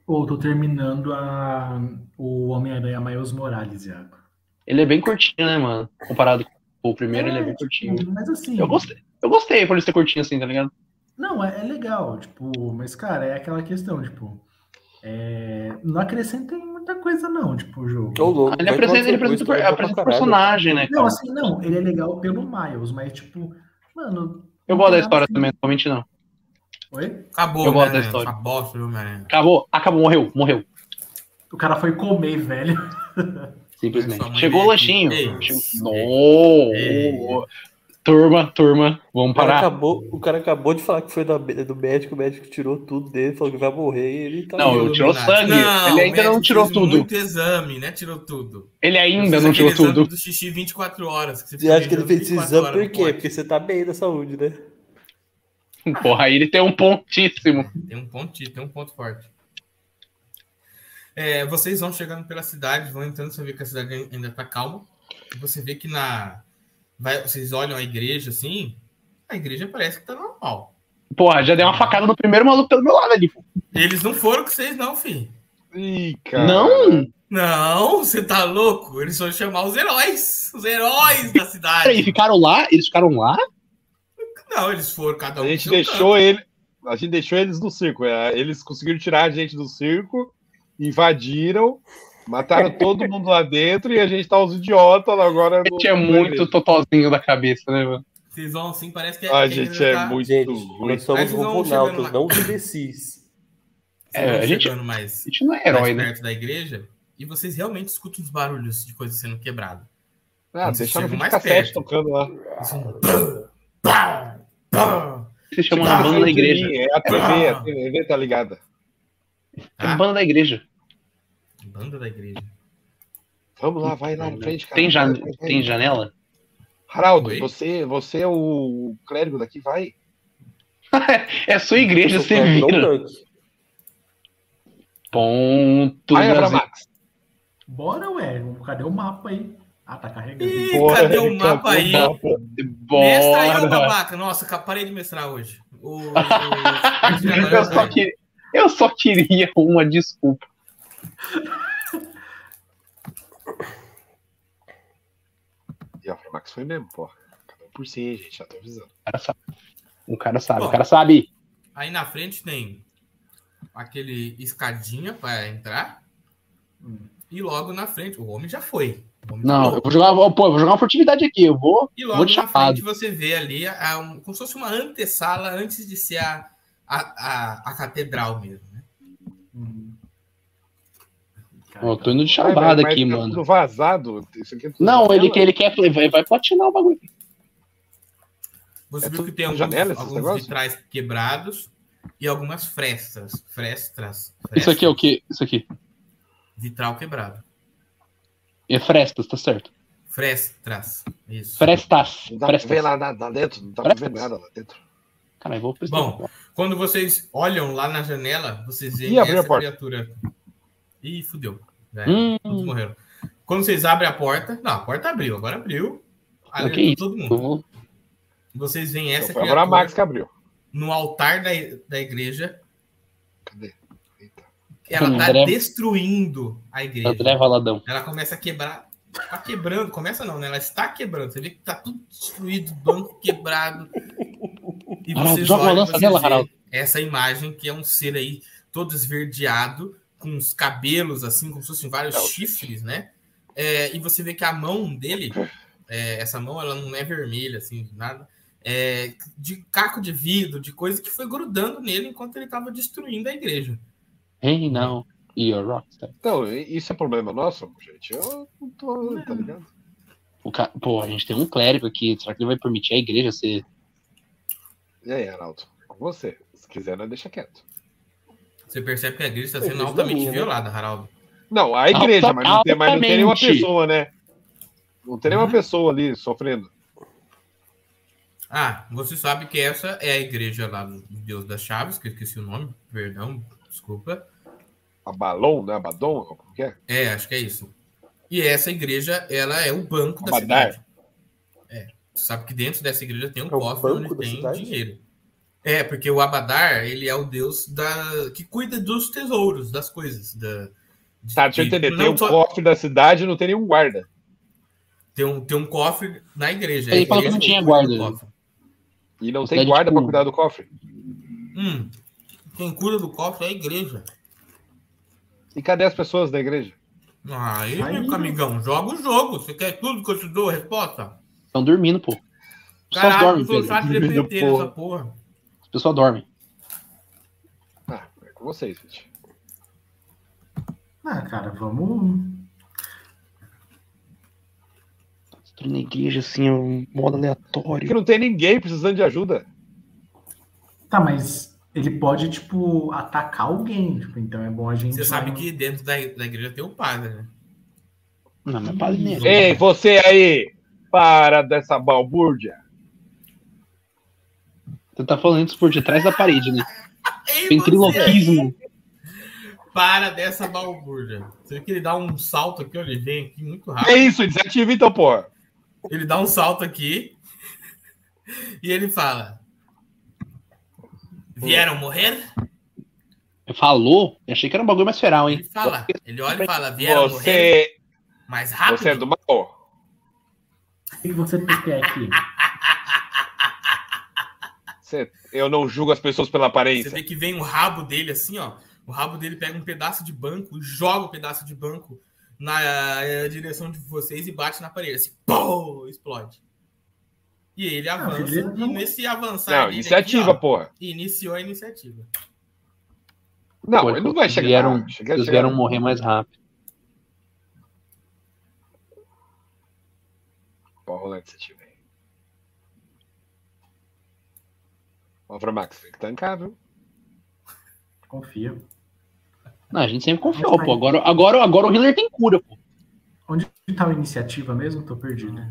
Pô, eu tô terminando a... o Homem-Aranha Miles Morales, Iago. Ele é bem curtinho, né, mano? Comparado com o primeiro, ele é bem curtinho. Mas assim. Eu gostei. Eu gostei por ele ser curtinho assim, tá ligado? Não, é, é legal, tipo, mas, cara, é aquela questão, tipo, é, não acrescenta em muita coisa, não, tipo, o jogo. Ô, louco, Ele vai tomar apresenta, ele seu apresenta, gosto, vai pra apresenta o caralho. personagem, né, Não, cara? assim, não, ele é legal pelo Miles, mas, tipo, mano. Eu gosto da história assim. também, não vou mentir, não. Oi? Acabou, Eu gosto da Homem-Aranha. história. Essa bosta do Homem-Aranha. Acabou, acabou, morreu, morreu. O cara foi comer, velho. Sua Simplesmente. mãe Chegou o é veio lanchinho. aqui. Chegou- Ei. No! Ei. Turma, turma, vamos O cara, parar. acabou, o cara acabou de falar que foi da- do médico, o médico tirou tudo dele, falou que vai morrer e ele tá. Não, eu- vivo. tirou Iluminati. sangue. Ele ainda o médico não tirou fez tudo. Muito exame, né? Tirou tudo. Ele ainda Fez não tirou aquele exame tudo. do xixi 24 horas. você Você acha que ele fica fez esse 24 exame horas, por não quê? pode. Porque você tá bem da saúde, né? Porra, aí ele tem um pontíssimo. Tem um ponto, de- tem um ponto forte. É, vocês vão chegando pela cidade, vão entrando, você vê que a cidade ai- ainda tá calma. E Você vê que na. vai- vocês olham a igreja assim, a igreja parece que tá normal. Porra, já deu uma facada no primeiro maluco pelo meu lado ali. pô. Eles não foram com vocês, não, filho. Ih, cara. Não! Não, você tá louco? Eles vão chamar os heróis. Os heróis da Peraí, cidade. ficaram lá? Eles ficaram lá? Não, eles foram, cada um. A pro gente seu deixou ele. A gente deixou eles no circo. é, Eles conseguiram tirar a gente do circo, invadiram, mataram todo mundo lá dentro e a gente tá os idiotas lá agora. A no- gente é muito totozinho da cabeça, né, mano? Vocês vão assim, parece que A que gente ainda é tá- muito Gente, ruim. nós Mas somos vão chegando Ronaldo, lá. não os imbecis. vocês É, vão a gente- chegando mais. A gente não é herói, mais né? perto da igreja e vocês realmente escutam os barulhos de coisas sendo quebradas. Ah, deixaram o Chegam vídeo mais cassete perto. tocando lá. Isso é um pam, pam, pam, Se chama Ah, uma banda da igreja. Ah. É a TV, a TV tá ligada. Tá. É uma banda da igreja. Banda da igreja. Vamos lá, vai lá na frente, cara. Tem, jan- Vai, vai, vai. tem janela? Haraldo, Oi? você, você é o clérigo daqui, vai. É sua igreja, Eu sou você fã, um não vira. tanque. Ponto Vai, do Brasil. Abramax. Bora, ué. Cadê o mapa aí? Ah, tá carregando. Ih, Bora, cadê o ele tá mapa cantou aí? o mapa. Mestra aí, ô Bora! babaca. Nossa, ca- parei de mestrar hoje. O, o- Eu só, que- eu só queria uma desculpa. E a Framax foi mesmo, porra. Cada um por si, gente, já tô avisando. O cara sabe, o cara sabe. Aí na frente tem aquele escadinha para entrar. Hum. E logo na frente, o homem já foi. O homem Não, pulou. eu vou jogar, eu- pô, eu vou jogar uma furtividade aqui. Eu vou, E vou logo de na chapado. frente você vê ali a- a um- como se fosse uma antessala antes de ser a, a, a, a catedral mesmo. né? Hum. Cara, Ó, eu tô indo de Vai, chapado vai, aqui, mas tá mano. tudo vazado. Isso aqui é tudo Não, ele, janela. que- ele quer, vai, vai platinar o bagulho. Você É viu tudo que tem alguns, janela, esses alguns negócios? vitrais quebrados e algumas frestas. Frestas. Isso é frestas. aqui é o quê? Isso aqui. Vitral quebrado. É frestas, tá certo. Frestras. Isso. Frestas. Não dá pra ver frestas. nada lá dentro, não dá pra ver nada lá dentro. Caralho, vou precisar. Bom, quando vocês olham lá na janela, vocês veem Ih, abriu essa a porta. criatura. Ih, fudeu. Já era. Hum, Todos morreram. Quando vocês abrem a porta. Não, a porta abriu, agora abriu. Alertou que isso? todo eu mundo. vou- Vocês veem essa Então, foi agora a criatura Max que abriu. no altar da, da igreja. Cadê? Eita. Ela tá André. destruindo a igreja. André Valadão. Ela começa a quebrar. Tá quebrando, começa não, né? Ela está quebrando. Você vê que tá tudo destruído, banco quebrado. E Haraldo, vocês joga uma olham, lança vocês nela, veem Haraldo. essa imagem que é um ser aí todo esverdeado, com os cabelos assim, como se fossem vários chifres, né? É, e você vê que a mão dele, é, essa mão, ela não é vermelha, assim, de nada. É, de caco de vidro, de coisa que foi grudando nele enquanto ele estava destruindo a igreja. Hey, não. E tá. o Rockstar. Então, i- isso é problema nosso, gente? Eu não tô, tá ligado? O ca... Pô, a gente tem um clérigo aqui. Será que ele vai permitir a igreja ser. E aí, Arnaldo? Com você. Se quiser, não deixa quieto. Você percebe que a igreja está É, sendo igreja altamente minha, né? violada, Haraldo. Não, a igreja, mas não tem, mas não tem nenhuma Altamente. pessoa, né? Não tem nenhuma pessoa ali sofrendo. Ah, você sabe que essa é a igreja lá do Deus das Chaves, que eu esqueci o nome, perdão, desculpa. A Balon, né? Abaddon, como que é? É, acho que é isso. E essa igreja, ela é o banco da Abadar. cidade. É, você sabe que dentro dessa igreja tem um É o cofre onde banco da tem cidade? dinheiro. É, porque o Abadar, ele é o deus da que cuida dos tesouros, das coisas, da de- Tá, deixa eu de- entender. Tem não um só- cofre da cidade e não tem nenhum guarda. tem um tem um cofre na igreja. é Ele a falou que igreja não tinha cuida do guarda. cofre. E não Cidade, tem guarda tipo, pra cuidar do cofre. Hum, quem cuida do cofre é a igreja. E cadê as pessoas da igreja? Aí, Aí. meu amigão, joga o jogo. Você quer tudo que eu te dou, resposta? Estão dormindo, pô. O pessoal Caralho, dorme, eu sou Pedro. chato de Filho repetir porra. essa porra. O pessoal dorme. Ah, é com vocês, gente. Ah, cara, vamos. Destruindo a igreja assim, um modo aleatório. Porque não tem ninguém precisando de ajuda. Tá, mas ele pode, tipo, atacar alguém. Tipo, então é bom a gente. Você sabe não- que dentro da, da igreja tem o padre, né? Não, mas vale nele. Ei, você aí! Para dessa balbúrdia! Você tá falando isso por detrás da parede, né? Ei, você é? aí, Ventriloquismo. para dessa balbúrdia. Você vê que ele dá um salto aqui, olha, ele vem aqui muito É rápido. isso, desativa então, pô. Ele dá um salto aqui e ele fala: Vieram morrer? Falou? Eu achei que era um bagulho mais feral, hein? Ele fala, ele olha e fala: Vieram morrer? Você, Mais você é rápido? do mal. O que você quer aqui? Você- eu não julgo as pessoas pela Você aparência. vê que vem o rabo dele assim, ó. O rabo dele pega um pedaço de banco, joga o pedaço de banco na eh, direção de vocês e bate na parede. Assim, pô, explode. E ele Ah, avança. beleza, e não. nesse avançar Não, dele iniciativa, aqui, ó, porra. iniciou a iniciativa. Não, Pô, ele não vai vocês chegar. vieram- chegar, Eles chegar. vieram morrer mais rápido. Pô, rolar iniciativa aí. Ó, pra Max, tem que tancar, viu? Confia. Não, a gente sempre confiou, pô. Agora, agora, agora o healer tem cura, pô. Onde tá a iniciativa mesmo? Tô perdido. Não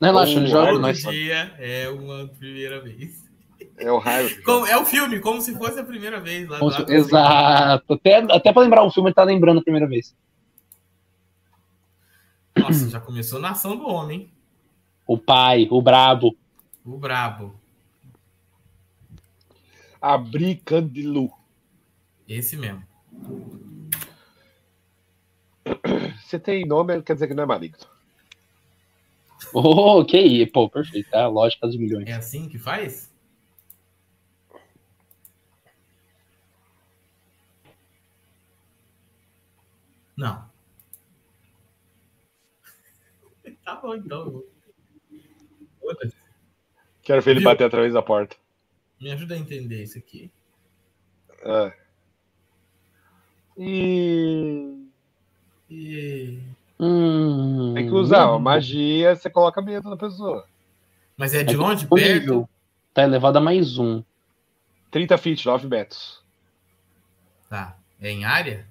relaxa, Né, ele Ou joga outro nós. Todo dia é uma primeira vez. É o raio. Como- é o filme, como se fosse a primeira vez. Lá, Como lá se- do- Exato. Até, até pra lembrar o filme, ele tá lembrando a primeira vez. Nossa, já começou na ação do homem. hein? O pai, o brabo. O brabo. Abrir candilu. Esse mesmo. Você tem nome, quer dizer que não é maligno. Oh, que aí, pô, perfeito. É a lógica dos milhões. É assim que faz? Não. tá bom, então. Foda-se. Quero ver ele Viu? bater através da porta. Me ajuda a entender isso aqui. É. E E- Hum, tem que usar ó, magia, você coloca medo na pessoa. Mas é de longe, O perto? nível tá elevado a mais um. 30 feet, 9 metros. Tá. É em área?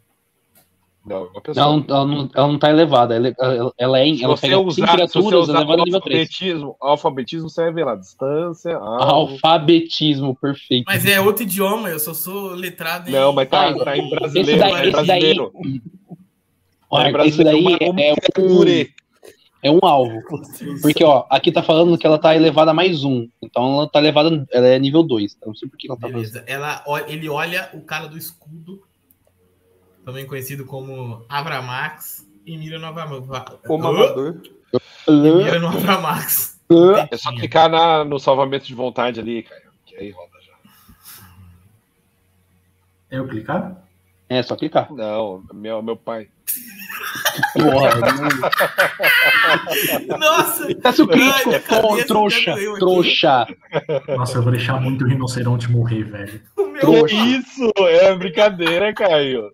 Não, uma pessoa. Ela não, ela não, ela não tá elevada. Ela, ela, ela é, em- Se ela você pega cinco usar, se você criaturas usar elevada a nível 3. alfabetismo, alfabetismo serve lá, distância, alvo. Alfabetismo, perfeito. Mas é outro idioma, eu só sou letrado em. Não, mas tá, Ah, tá em Esse brasileiro, daí, é tá em esse daí, brasileiro. Olha, É esse daí brasileiro, é, mas um, é um alvo. Deus. Porque, ó, aqui tá falando que ela tá elevada a mais um. Então ela tá elevada, ela é nível 2. Então não sei por que ela tá fazendo. Beleza. Ela, ó- ele olha o cara do escudo, também conhecido como Avramax, e mira no Avramax. O mamador. E mira no Avramax. É só clicar na- no salvamento de vontade ali, cara. Que aí roda já. Eu clicar? É, só clicar. Não, meu, meu pai. Porra, não- Nossa! tá seu Ai, minha crítico, cabeça pô, trouxa, tá doendo aqui. trouxa. Nossa, eu vou deixar muito o rinoceronte morrer, velho. O meu Que isso? É brincadeira, Caio.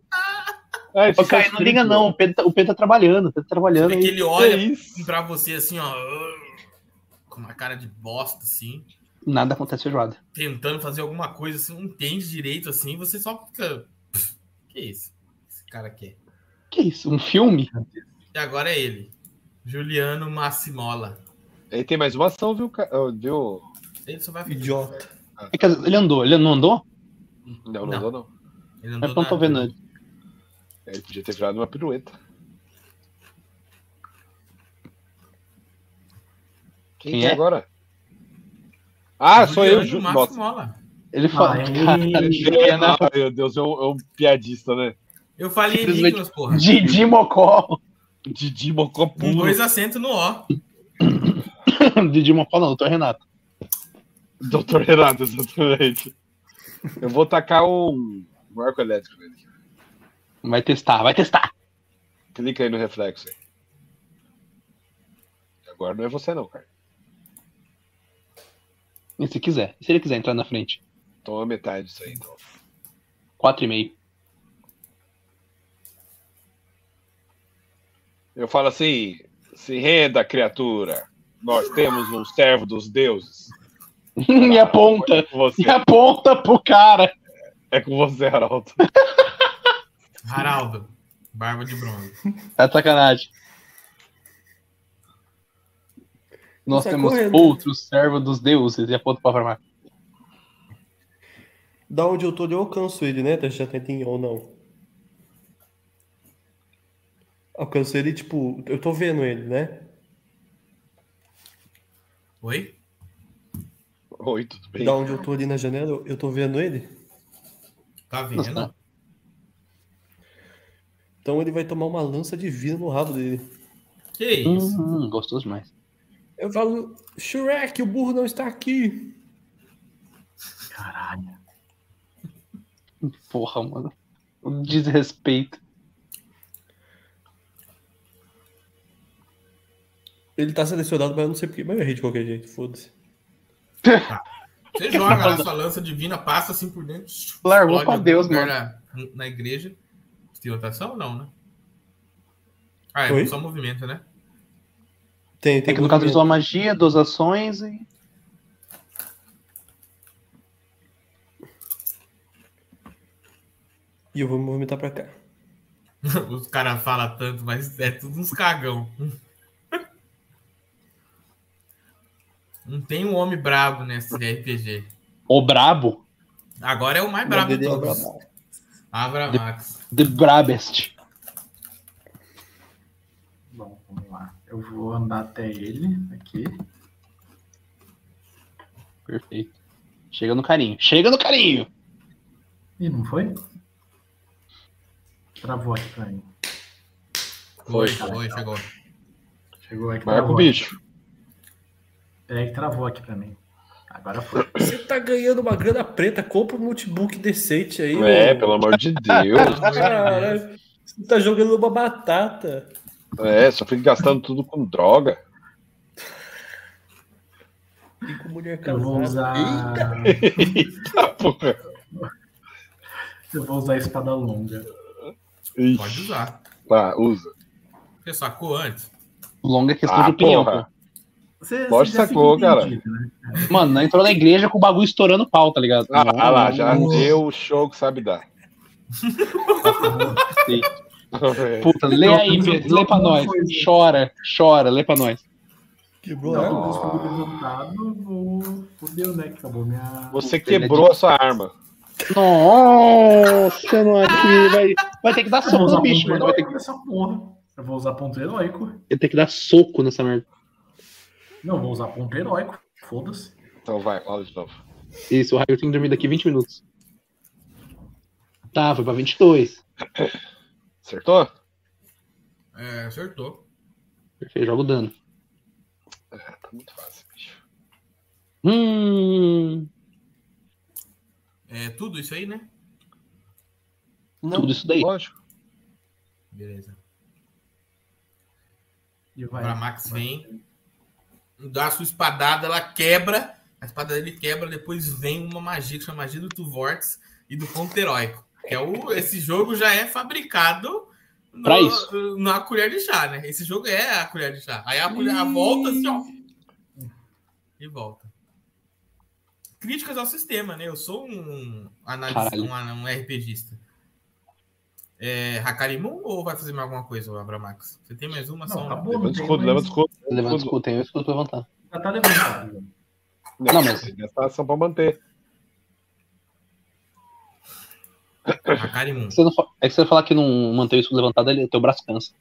Ai, Ô, Caio, não liga não, o Pedro, tá- o Pedro tá trabalhando, o Pedro tá trabalhando. É que aí. ele Olha olha isso. pra você assim, ó. Com uma cara de bosta, assim. Nada acontece feijoada. Tentando fazer alguma coisa, você não entende direito, assim. Você só fica. "Pff, Que isso? Esse cara quer. Que isso, um filme? E agora é ele. Juliano Massimola. Ele tem mais uma ação, viu? Ca- ah, viu? Ele só vai fazer. Idiota. É que ele andou, ele não andou? Não, não, Não. dou, não. Ele Eu andou não tô na- vendo ele. Ele podia ter virado uma pirueta. Quem, Quem que é é? agora? Ah, sou eu, Ju... Juliano Nossa. Massimola. Ele fala, Ai. cara, Juliana, Ah, meu Deus, é um, é um piadista, né? Eu falei Simplesmente- Nicolas, porra. Didi Mocó. Didi Mocó Com puro. dois acentos no O. Didi Mocó não, doutor Renato. Doutor Renato, exatamente. Eu vou tacar um, um arco elétrico nele. Vai testar, vai testar. Clica aí no reflexo aí. Agora não é você não, cara. E se quiser, e se ele quiser entrar na frente. Toma metade disso aí, então. 4,5. Eu falo assim: se renda, criatura. Nós temos um servo dos deuses. e aponta, É com você, e aponta pro cara. é com você Arauto. Haraldo. Barba de bronze. Tá de sacanagem. Nós Sai temos correndo. outro servo dos deuses e aponta pra farmácia. Da onde eu tô, eu alcanço ele, né? Deixa eu tentar ou não. Alcanço ele, tipo, eu tô vendo ele, né? Oi? Oi, tudo bem? Da onde eu tô ali na janela, eu- eu tô vendo ele. Tá vendo? Nossa. Então ele vai tomar uma lança de vida no rabo dele. Que isso? Hum, gostoso demais. Eu falo, Shrek, o burro não está aqui. Caralho. Porra, mano. O desrespeito. Ele tá selecionado, mas eu não sei porquê. Mas eu errei de qualquer jeito, foda-se. Você joga lá sua lança divina, passa assim por dentro. Hum. Largou explode pra algum Deus, lugar Na, na igreja. Você Tem rotação ou não, né? Ah, é Oi? só movimento, né? Tem, tem É que no caso ele movimento. usou a magia, duas ações e. E eu vou me movimentar pra cá. Os caras falam tanto, mas é tudo uns cagão. Não tem um homem brabo nesse RPG. O brabo. Agora é o mais O brabo nome de dele é todos. Abraão. Avramax. The brabest. Bom, vamos lá. Eu vou andar até ele aqui. Perfeito. Chega no carinho. Chega no carinho! Ih, não foi? Travou aqui pra mim. Foi, foi, chegou. Chegou é que Marca travou. o bicho. É que travou aqui pra mim. Agora foi. Você tá ganhando uma grana preta, compra um notebook decente aí. É, mano. pelo amor de Deus. Caralho, você tá jogando uma batata. É, só fica gastando tudo com droga. E com mulher Eu vou casada. usar. Ah, porra. Eu vou usar a espada longa. Ixi. Pode usar. Tá, usa. Você sacou antes? Longa questão Ah, de opinião, porra. pô. Você, Lógico você já sacou, fica cara. entendido, né? Mano, não entrou na igreja com o bagulho estourando o pau, tá ligado? Ah, lá, já Nossa. deu o show que sabe dar. Sim. Puta, lê Não, aí, mas eu- Pedro, lê pra não nós. foi, né? Chora, chora, lê pra nós. Quebrou a Não, arma. Deus foi levantado, vou- fudeu, né? Que acabou minha. Você quebrou a sua arma. Nossa, mano, que vai, vai ter que dar Eu vou soco usar no bicho, ponto mano. Vai ter heróico nessa porra. Eu vou usar ponto heróico. que, ter que dar soco nessa merda. Não, vou usar ponto heróico. Foda-se. Então vai, rola de novo. Isso, o Raio tem que dormir daqui 20 minutos. Tá, foi pra 22. Acertou? É, acertou. Perfeito, joga o dano. Tá muito fácil, bicho. Hum, É tudo isso aí, né? Não, tudo isso daí. Lógico. Beleza. E vai. Agora a Max vem, dá a sua espadada, ela quebra, a espada dele quebra, depois vem uma magia que chama magia do Tuvortes e do ponto heróico. Que é o, esse jogo já é fabricado no- Pra isso. na colher de chá, né? Esse jogo é a colher de chá. Aí a, colher, a volta assim, ó. E volta. Críticas ao sistema, né? Eu sou um, analista, Caralho. um, ana- um RPGista. É, Hakarimun ou vai fazer mais alguma coisa, Abramax? Você tem mais uma Não, só? né? acabou, Levanta o não tem escudo, mais- levanta o escudo. Levanta o escudo, tem o escudo pra levantar. Já tá levantado. Não, Não, mas mas- tem que gastar ação pra manter. Hakarimun. Você não fa- É que você falar que não manteve o escudo levantado, ele, teu braço cansa.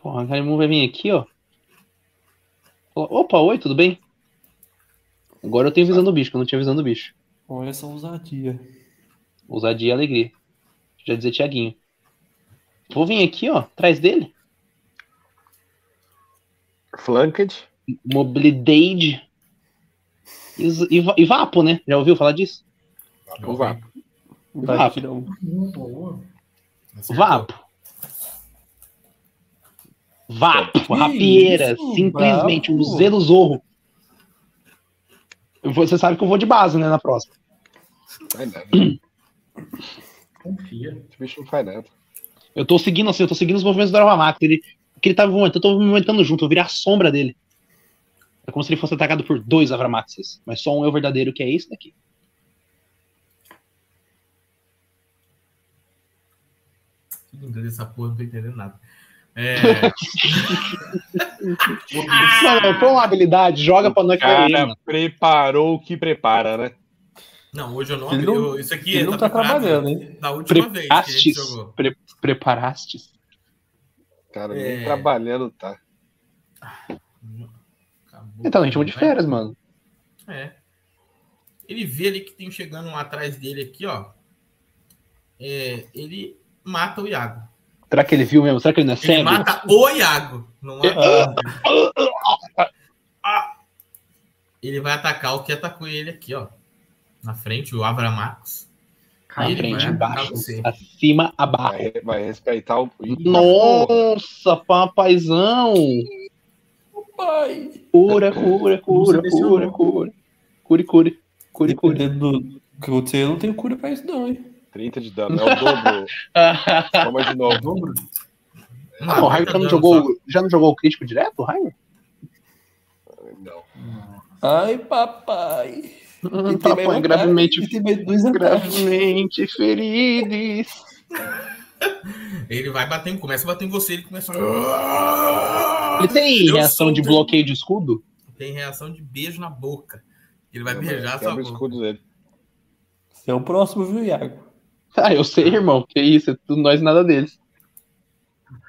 Porra, a Garimun vai vir aqui, ó. Fala, Opa, oi, tudo bem? Agora eu tenho visão do bicho, que eu não tinha visão do bicho. olha essa ousadia. Ousadia e alegria. Já dizer Tiaguinho. Vou vir aqui, ó, atrás dele. Flanked. Mobilidade. E, z- e, va- e Vapo, né? Já ouviu falar disso? Então vá. Vai Vapo. tirar um. Hum, boa. Acertou. Vapo. Vapo, rapieira, isso, simplesmente um Vapo. zelo zorro. Eu vou- Você sabe que eu vou de base, né, na próxima. Vai nada. Esse Confia. bicho não faz nada. Eu tô seguindo assim, eu tô seguindo os movimentos do Aravamax. Ele, que ele tava movimentando, eu tô movimentando junto, eu virei a sombra dele. É como se ele fosse atacado por dois Avramaxes, mas só um é o verdadeiro, que é esse daqui. Tudo em inglês, essa porra, não tô entendendo nada. É, Mano, põe uma habilidade, joga pra nós que vai ganhar, Cara, preparou o que prepara, né? não, hoje eu não. Ele não- eu- isso aqui Ele é não tá preparado trabalhando, hein? Da última vez que a gente Preparastes. jogou. Pre preparastes. Cara, É. nem trabalhando tá. Acabou. Então, a gente vai de férias, mano. É. Ele vê ali que tem chegando um atrás dele aqui, ó. É, ele mata o Iago. Será que ele viu mesmo? Será que ele não é Ele cego? mata o Iago. Não É. mata Ah. Ele vai atacar o que atacou ele aqui, ó. Na frente, o Avramax. Na Ele frente, né? vai embaixo, atacar você. acima, abaixo. Vai, vai respeitar o. Ih, Nossa, papaizão! Pai! Cura, cura, cura, cura, cura. Cure, cure. Cure, cure. Dependendo do que acontecer, eu não tenho cura pra isso, não, hein? 30 de dano, é o dobro. Toma de É o novo. dobro? Ah, não, Ah, o tá Raio já não jogou, já não jogou o crítico direto, o Raio? Não. Ai, papai! Hum, tem mais papai, vantagem, gravemente, E tem mais dois ataques. gravemente feridos. Ele vai batendo, começa a bater em você, ele começa a... Ele tem Eu reação sou de um- bloqueio de escudo? Tem reação de beijo na boca. Ele vai Não, é beijar a quebra sua o boca. escudo dele. Você é o próximo, viu, Iago? Ah, eu sei, irmão. Que isso, é tudo nós e nada deles.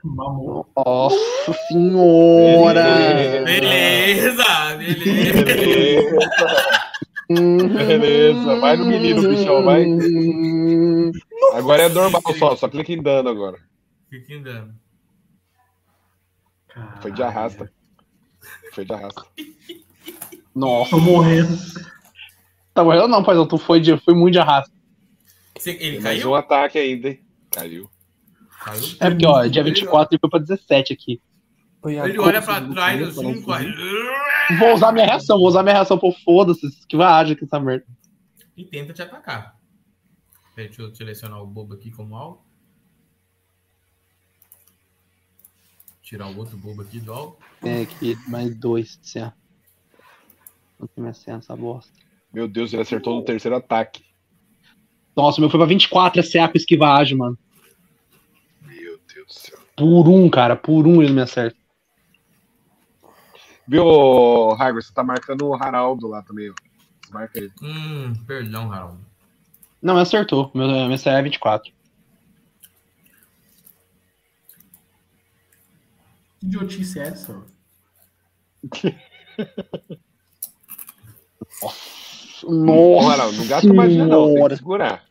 Mamou. Nossa senhora! Beleza, beleza. Beleza, beleza. Vai no menino, bichão, vai. Agora é normal só, só clica em dano agora. Fica em dano. Foi Ah, de arrasta. é. Foi de arrasta. Nossa, Tô morrendo. tá morrendo não, paizão. Tu foi, de, foi muito de arrasto. Você- Ele Tem mais caiu? um ataque ainda, hein? Caiu. Caiu. É porque, ó, dia 24 ele foi pra 17 aqui. Ô, Iago, Ele é como olha você pra não trás cura, assim, fala corre. Vou usar minha reação, vou usar minha reação, pô, foda-se, que vai ágil com essa merda. E tenta te atacar. Peraí, deixa eu selecionar o bobo aqui como alvo. Tirar o outro bobo aqui do alvo. Tem aqui mais dois, assim, ó. Não tem minha senha essa bosta. Meu Deus, ele Oh, acertou no terceiro ataque. é Nossa, o meu foi pra 24 a CA com esquiva ágil, mano. Por um, cara, por um ele me acerta. Viu, Hagrid? Você tá marcando o Haraldo lá também, ó. Marca ele. Hum, perdão, Harold. Não, me acertou. Meu, minha CA é 24. Que idiotice é essa? Ô, Haraldo, não gasta magia, não. Tem que segurar.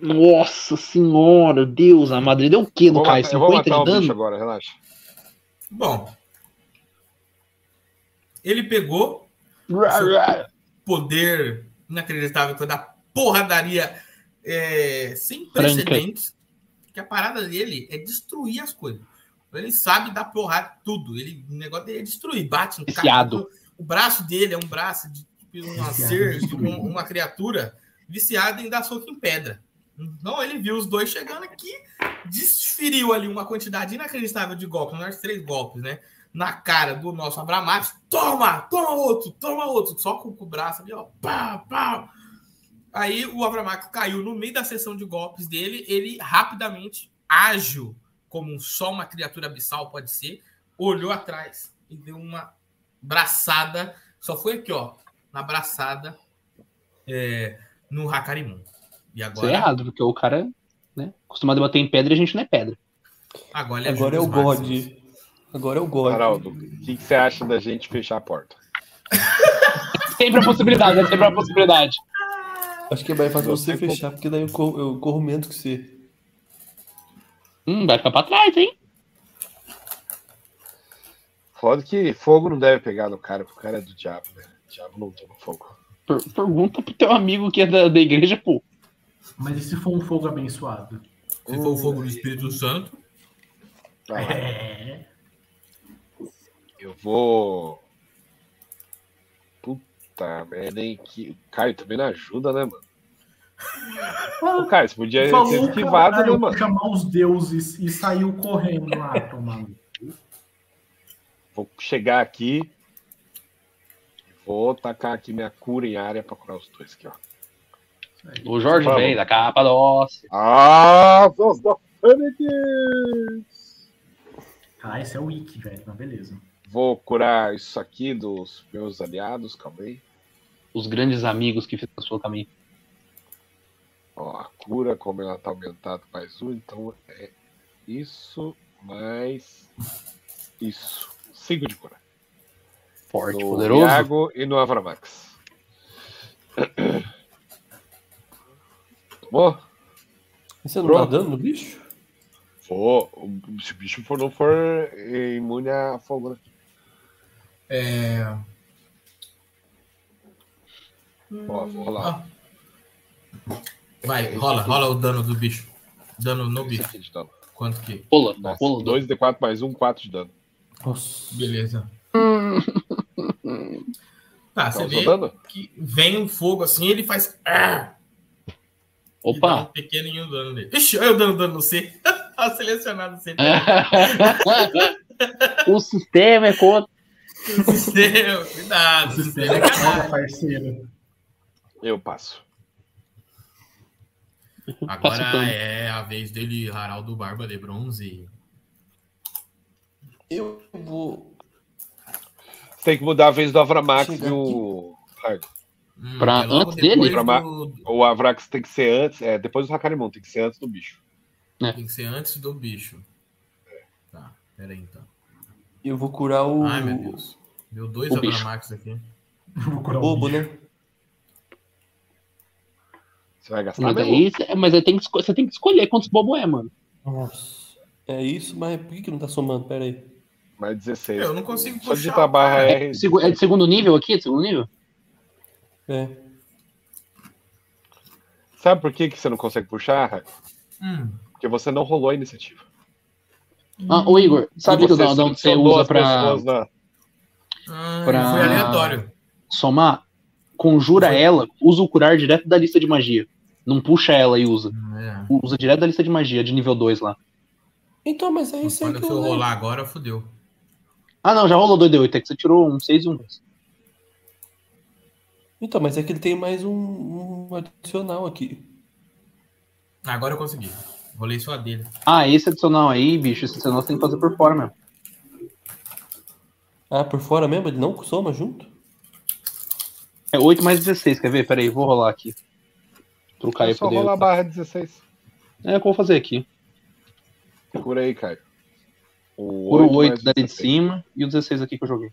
Nossa senhora, Deus, a Madrid deu o quê no Vou Caio? matar- eu vou 50 matar de o bicho dano? agora, relaxa. Bom. Ele pegou poder inacreditável que foi da porradaria é, sem Franca. precedentes. Que a parada dele é destruir as coisas. Ele sabe dar porrada em tudo. Ele, o negócio dele é destruir, bate no cara. Viciado. O braço dele é um braço de de um Viciado em né? ser, de destruir. um- uma criatura viciada em dar soco em pedra. Então ele viu os dois chegando aqui, desferiu ali uma quantidade inacreditável de golpes, nós três golpes, né? Na cara do nosso Abramates. Toma! Toma outro! Toma outro! Só com o braço ali, ó. Pá, pá. Aí o Avramax caiu no meio da sessão de golpes dele. Ele rapidamente, ágil, como um só uma criatura abissal pode ser, olhou atrás e deu uma braçada. Só foi aqui, ó, na braçada é, no Hakarimun. E Isso é agora, errado, porque o cara, né, acostumado a bater em pedra e a gente não é pedra. agora, é Agora é o Julius God. Maximus. Agora é o God. Haraldo, o que, que você acha da gente fechar a porta? Sempre a possibilidade, é sempre a possibilidade. Acho que é mais fácil você Você com- fechar, porque daí eu corro, eu corro menos que você. Hum, vai ficar pra trás, hein? Foda que fogo não deve pegar no cara, porque o cara é do diabo, né? O diabo não toma fogo. Per- pergunta pro teu amigo que é da, da igreja, pô. Mas e se for um fogo abençoado? Se for o fogo do Espírito Santo, Vai lá. É. Eu vou. Puta merda, hein? Que... O Caio também não ajuda, né, mano? Ô, Caio, você podia ter Falou esquivado, né, caralho, mano? chamar os deuses e saiu correndo lá, tomando. Vou chegar aqui. Vou tacar aqui minha cura em área pra curar os dois aqui, ó. O Jorge Vamos. vem da capa nossa. Ah, os da Fênix! Ah, esse é o Wiki, velho, mas beleza. Vou curar isso aqui dos meus aliados, calma aí. Os grandes amigos que fizeram o seu caminho. Ó, a cura, como ela tá aumentada mais um, então é isso mais isso. Cinco de cura. Forte, no poderoso. Iago e no Avramax. Tomou? Você não Pronto. tá dando no bicho? Vou. Se o bicho for, não for é imune a fogo, né? É. Ó, vou rolar. ó. vai, rola, rola o dano do bicho. Dano no Isso bicho. aqui de dano. Quanto que? Pula, Nossa, pula. dois de 4 mais um, 4 de dano. Nossa. Beleza. Tá, você Causou vê dano? que vem um fogo assim, ele faz. "Ah!" e dá um Opa! pequenininho dano nele. Ixi, olha eu dando dano no C. Tá selecionado o C. o sistema é contra. Sistema, Cuidado, sistema é canalha. Olha, parceiro. Eu passo. Passa o Agora pano. é a vez dele, Haraldo Barba de Bronze. Eu vou. Você tem que mudar a vez do Avramax Chega e o. Raigo. Hum, Pra é logo antes dele? depois Pra ma- do- O Avrax tem que ser antes. É, depois do Hakarimon, tem que ser antes do bicho. Tem que ser antes do bicho. Tá, peraí então. Eu vou curar o. Ai, meu Deus. Deu dois O bicho. Abramax aqui. Vou curar o Bobo, bicho. né? Você vai gastar Mas mesmo? aí, cê- mas aí tem que, esco- você tem que escolher quantos bobo é, mano. Nossa. É isso, mas por que, que não tá somando? Pera aí. Mais 16. Eu não consigo Só puxar. digitar a barra R. Segu- É de segundo nível aqui? É de segundo nível? É. Sabe por que, que você não consegue puxar, Raigo? Hum, Porque você não rolou a iniciativa. Ah, ô Igor, sabe que o Você Daldão um que você selecionou usa as pra pessoas na- ah, Pra- Foi aleatório. somar? Conjura ela, usa o curar direto da lista de magia. Não puxa ela e usa. É. Usa direto da lista de magia, de nível 2 lá. Então, mas é isso aí Quando que eu eu. for usei. rolar agora, fodeu. Ah não, já rolou 2D8, é que você tirou um 6 e um 2. Então, mas é que ele tem mais um, um adicional aqui. Agora eu consegui. Vou ler só a dele. Ah, esse adicional aí, bicho, esse adicional você tem que fazer por fora mesmo. Ah, por fora mesmo? Ele não soma junto? É 8 mais 16, quer ver? Pera aí, vou rolar aqui. Trocar aí Eu É só pra poder. rola a barra 16. É, o que eu vou fazer aqui. Por aí, Caio. O Por o 8 oito mais dali de 16. cima e o 16 aqui que eu joguei.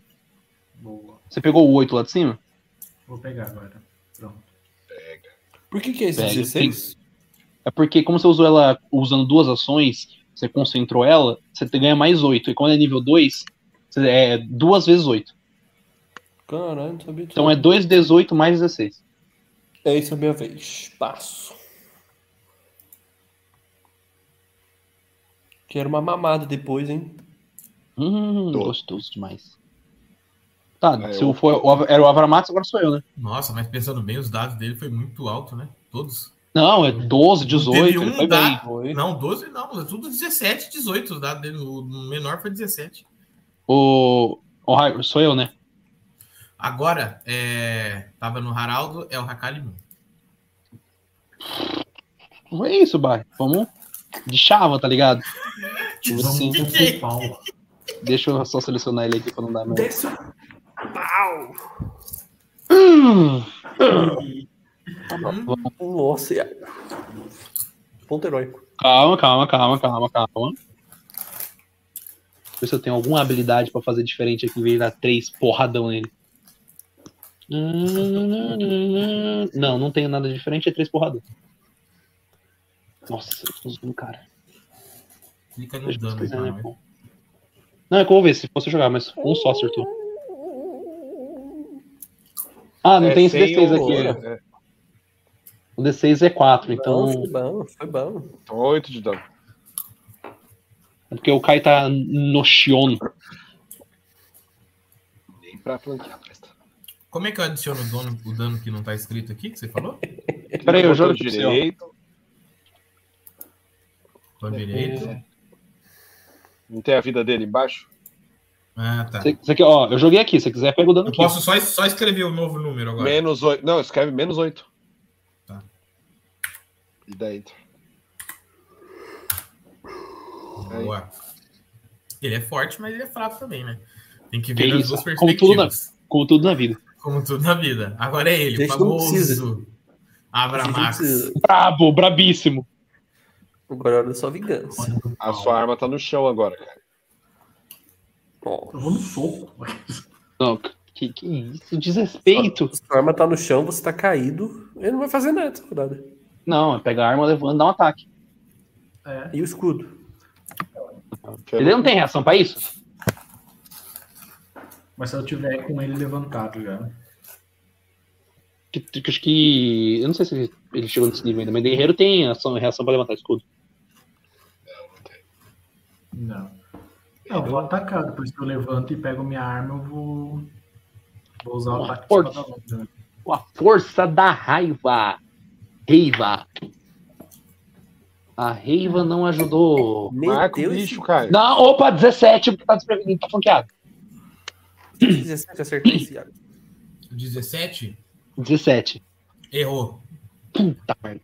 Boa. Você pegou o 8 lá de cima? Vou pegar agora. Pronto. Por que, que é esse Pega, 16? É porque, como você usou ela usando duas ações, você concentrou ela, você te- ganha mais 8. E quando é nível 2, você- é duas vezes 8. Caralho, não sabia disso. Então é 2, 18 mais 16. É isso, é minha vez. Passo. Quero uma mamada depois, hein? Hum, Tô. gostoso demais. Tá, Ah, se eu- eu... for, o Av- era o Avramatos, agora sou eu, né? Nossa, mas pensando bem, os dados dele foi muito alto, né? Todos. Não, é 12, Teve 18. ele um foi bem. dado. Oi. Não, 12 não. é Tudo 17, 18. O dado dele, o menor foi 17. O... o Ra- Sou eu, né? Agora, é... tava no Haraldo, é o Hakali Moon. É isso, Barry. Vamos de chava, tá ligado? Vamos Sim. com o pau. Deixa eu só selecionar ele aqui pra não dar merda. Desce o Hum, Nossa, e a- ponto heróico. calma, calma, calma, calma, calma. Deixa eu ver se eu tenho alguma habilidade pra fazer diferente aqui em vez de dar três porradão nele. Não, não tenho nada diferente, é três porradão. Nossa, eu tô zoando, cara. Clica no Deixa eu então, dano aí pesquisar, pra né, nós. pô. Não, é que eu vou ver se fosse jogar, mas um só acertou. Ah, não É, tem esse sem D6 o- aqui. né? é, O D6 é 4, Então, então. foi bom, foi bom. Então, 8 de dano. É porque o Kai tá no Shion. Nem pra flanquear, presta. Como é que eu adiciono o, dono, o dano que não tá escrito aqui, que você falou? Peraí, eu jogo aqui, ó. direito. É, Tô direito. Não tem a vida dele embaixo? Ah, tá. Você- você quer- ó, eu joguei aqui, se quiser, pega o dano Eu aqui. posso só, es- só escrever o novo número agora. Menos 8. Não, escreve menos 8. Tá. E daí? então? Boa. Ele é forte, mas ele é fraco também, né? Tem que Que ver as isso, duas como tudo na- perspectivas. Com tudo na vida. Como tudo na vida. Agora é ele, o Gente, não famoso. Abra Vocês não Max. precisam. Brabo, brabíssimo. Agora é hora da sua vingança. A sua arma tá no chão agora, cara. Ó, Eu vou no soco. Não, que, que isso, desrespeito. sua arma tá no chão, você tá caído. Ele não vai fazer nada essa rodada. Não, é pegar a arma, levando, dá um ataque. É. E o escudo? Ele não tem reação pra isso? Mas se eu tiver com ele levantado já. Que, que, acho que. Eu não sei se ele chegou nesse nível ainda, mas guerreiro tem ação, reação pra levantar escudo. Não. Não, eu vou atacar. Depois que eu levanto e pego minha arma, eu vou. Vou usar o Uma ataque força. de espada longa, né? Com a força da raiva. Reiva. A reiva não ajudou. Meu Marca o Deus, bicho, cara. Não, opa, 17, tá desprevenido, tá flanqueado. 17 acertou esse Iago. 17? 17. Errou. Tá, merda.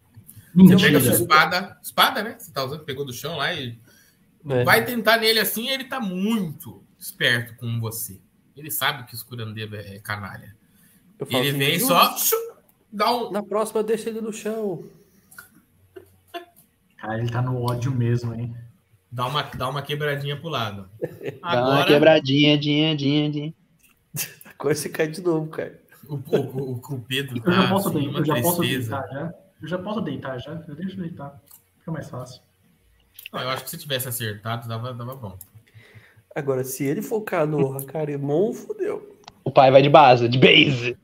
Você pega a sua Mentira. espada. Espada, né? Você tá usando, pegou do chão lá e É. vai tentar nele assim, ele tá muito esperto com você. Ele sabe que os curandeiros é canalha. Eu falo Ele assim, vem e "Ju, só chu, dá um. Na próxima deixa ele no chão. Cara, ele tá no ódio mesmo, hein? Dá uma, dá uma quebradinha pro lado. Dá uma Agora, quebradinha, dinha, dinha, dinha. Agora você cai de novo, cara. o, o, o, o Pedro Eu já tá posso, assim, deitar, uma eu já posso tristeza. deitar já. Eu já posso deitar já. Eu deixo deitar. Fica mais fácil. Não, eu acho que se tivesse acertado, dava, dava bom. Agora, se ele focar no Hakarimon, fodeu. O pai vai de base, de base.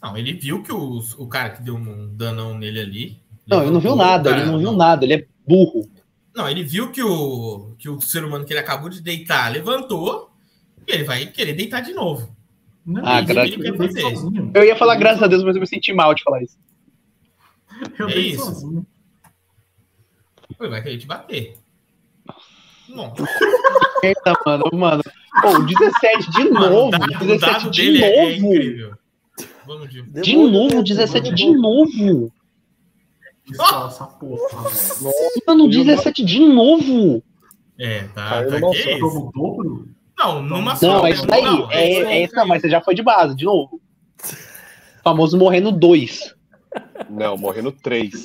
Não, ele viu que o, o cara que deu um danão nele ali. Não, ele não viu levantou, nada, cara, ele não viu nada, ele é burro. Não, ele viu que o, que o ser humano que ele acabou de deitar levantou e ele vai querer deitar de novo. Não, Ah, eu graças- deito- eu deito sozinho. Eu ia falar graças a Deus, mas eu me senti mal de falar isso. Eu É deito isso. sozinho. Ele vai querer te bater. Nossa, Eita, mano, mano. Pô, 17 de mano, novo, o dado, o 17 dado de dele é, é novo. né? incrível. Vamos de. de novo, 17 de novo. novo. Descalça, é porra, velho. Mano, 17 de novo! É, tá. Caiu tá numa que só. isso? Como dobro? Não, numa Não, só. é né? isso daí. Não, é, isso é isso, não, mas você já foi de base, de novo. Famoso morrendo dois. Não, morreu no 3.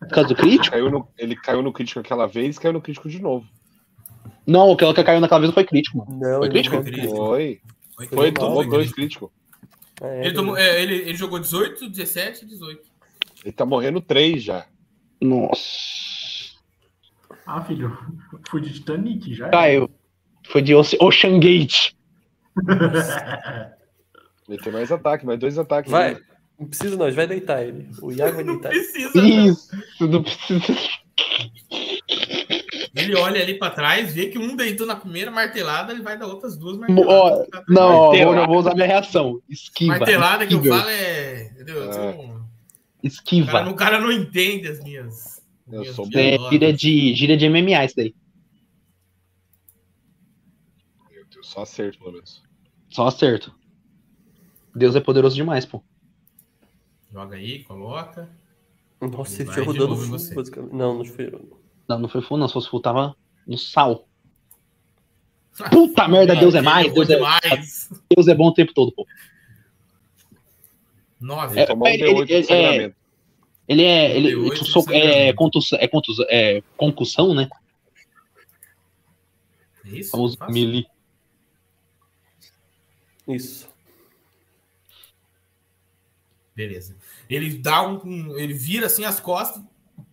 Por causa do crítico? Caiu no- ele caiu no crítico aquela vez e caiu no crítico de novo. Não, aquela que caiu naquela vez não foi crítico, mano. Não, Foi ele crítico? não conseguiu. Foi. Foi, Foi, mal, tomou foi dois crítico. críticos. É, Ele, tomou- é, ele- ele jogou 18, 17, 18. Ele tá morrendo três já. Nossa. Ah, filho, fui de Titanic já. Caiu. Foi de Oce- Ocean Gate. Ele tem mais ataque, mais dois ataques. né? Vai. ainda. Não precisa não, a gente vai deitar ele. O Iago vai Não Tá. deitar ele. precisa. né? não. Isso. Não precisa. Ele olha ali pra trás, vê que um deitou na primeira martelada, ele vai dar outras duas Ó, marteladas. Não, ó, Martelada. vou, eu vou usar minha reação. Esquiva. Martelada que eu esquiva, falo é. Entendeu? Eu Ah. sou um- O, cara, Esquiva. o cara não entende as minhas. Eu minhas sou bom. É, piadolas. gíria de, gíria de MMA isso daí. Meu Deus, só acerto, pelo menos. Só acerto. Deus é poderoso demais, pô. Joga aí, coloca. Nossa, ele Vai tirou de dano novo em full, você. basicamente. Não, não tirou. Não, não foi full, não. Se fosse full, tava no sal. Puta merda, Deus é mais. Deus é, mais. Deus é bom o tempo todo, pô. Nove. Ele É, tomou um ele- D8 ele- de sangramento. Ele é. Ele, 38 ele soco- de sangue. é, contusão, é, contusão, é concussão, né? É isso? Famoso Fácil. melee. Isso. Beleza. Ele dá um, um- Ele vira assim as costas,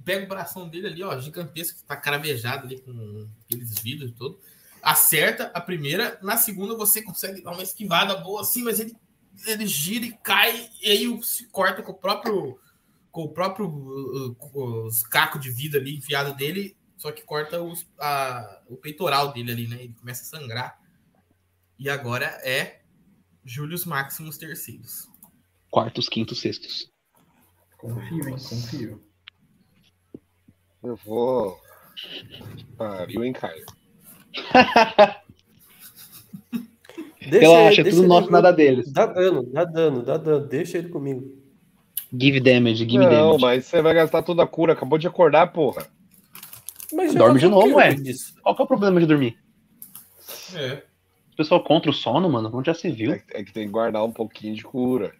pega o bração dele ali, ó, gigantesco, que tá cravejado ali com aqueles vidros e todo. Acerta a primeira, na segunda você consegue dar uma esquivada boa assim, mas ele, ele gira e cai, e aí o- se corta com o próprio. Com o próprio. uh, uh, com os cacos de vida ali enfiado dele, só que corta os- a- o peitoral dele ali, né? Ele começa a sangrar. E agora é Július Maximus Terceiros. Quartos, quintos, sextos. Confio, hein? Confio. Eu vou. Pariu, hein, Caio? Deixa Relaxa, é tudo ele- deixa nosso, ele- nada deles. Dá dano, dá dano, dá dano. Deixa ele comigo. Give damage, give Não, damage. mas você vai gastar toda a cura. Acabou de acordar, porra. Mas Dorme de já falou novo, que ué. eu disse. Qual que é o problema de dormir? É. O pessoal contra o sono, mano, onde já se viu? É, é que tem que guardar um pouquinho de cura.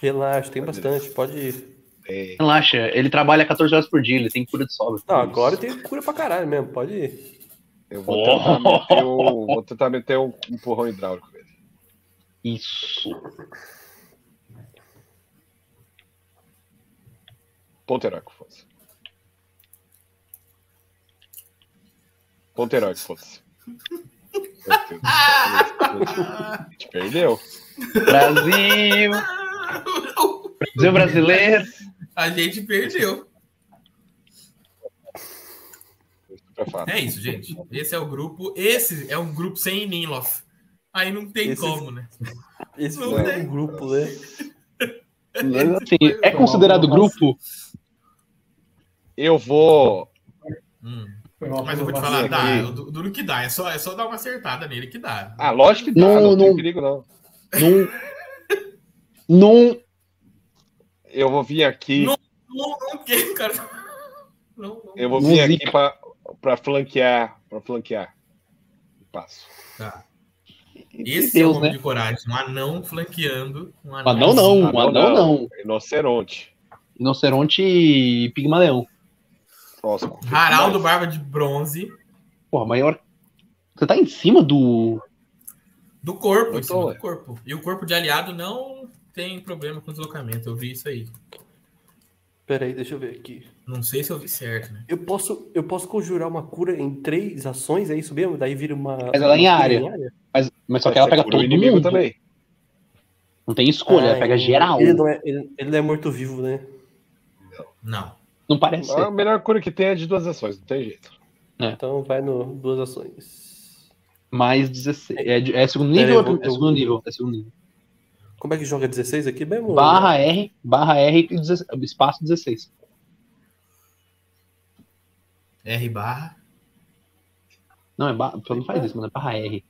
Relaxa, tem bastante, pode ir. É, Relaxa, ele trabalha 14 horas por dia, ele tem cura de sobra. Não, agora tem cura pra caralho mesmo, pode ir. eu vou tentar meter, um, vou tentar meter um empurrão hidráulico nele. Isso. Ponto heróico, foda-se. Ponto heróico, foda-se. Meu Deus do céu, a gente perdeu. Brasil! Brasil brasileiro! A gente perdeu. Pra falar. É isso, gente. Esse é o grupo. Esse é um grupo sem Ninlof. Aí não tem Esse- como, né? Esse Não foi tem. um grupo, né? Mas, assim, é considerado grupo? Eu vou. Hum. Foi mal Mas eu vou pelo te falar, vacilo. dá. o du- Duro que dá. É só, é só dar uma acertada nele que dá. Ah, lógico que dá, Não, não, tem não. perigo, não. Não. Não. Eu vou vir aqui. Não. Não, não tem, cara. Não, não. Eu vou Não vir zica. aqui pra, pra flanquear. Pra flanquear. Passo. Tá. Esse Esse é o Deus, nome né? de coragem. Um anão flanqueando. Um anão, Mas não, não. Anão Mas não, não. Rinoceronte. Rinoceronte e Pigmaleão. Nossa. Haraldo Barba de Bronze. Porra, maior. Você tá em cima do. Do corpo, Eu em tô, cima ué. é. do corpo. E o corpo de aliado não tem problema com deslocamento. Eu vi isso aí. Pera aí, deixa eu ver aqui. Não sei se eu vi certo, né? Eu posso, eu posso conjurar uma cura em três ações, é isso mesmo? Daí vira uma. Mas ela é em uma cura área. Mas, mas só que ela Você pega cura todo o inimigo mundo. também. Não tem escolha, ela Ah, pega ele- geral. Ele não é, ele, ele não é morto-vivo, né? Não. Não parece. A melhor cura que tem é de duas ações, não tem jeito. Então vai no duas ações. Mais 16. É, de- é segundo nível Pera aí, ou é, eu vou- prim- é segundo nível? É segundo nível. Como é que joga 16 aqui mesmo? Barra R, barra R, e 16 espaço 16. R barra. Não, é barra. Não faz isso, mano. É barra R.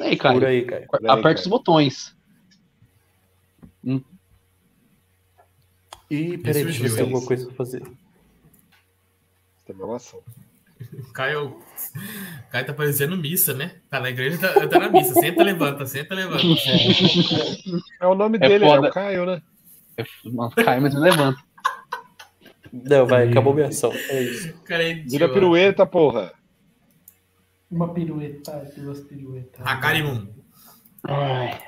Aí, Por cara. aí, cara. Pera aí, Aperta cara. os botões. Hum, Ih, peraí, deixa eu ver se tem surgiu alguma isso. coisa pra fazer. Extremelação. O Caio, o Caio tá parecendo missa, né? Tá na igreja, tá, tá na missa. Senta, levanta, senta, levanta. É o nome É dele, né? foda. o Caio, né? Não, cai, mas me levanta. Não, vai, acabou minha ação. É isso. O cara é idiota. Vira pirueta, porra. Uma pirueta, duas piruetas. Ah, Hakarimun. Ai.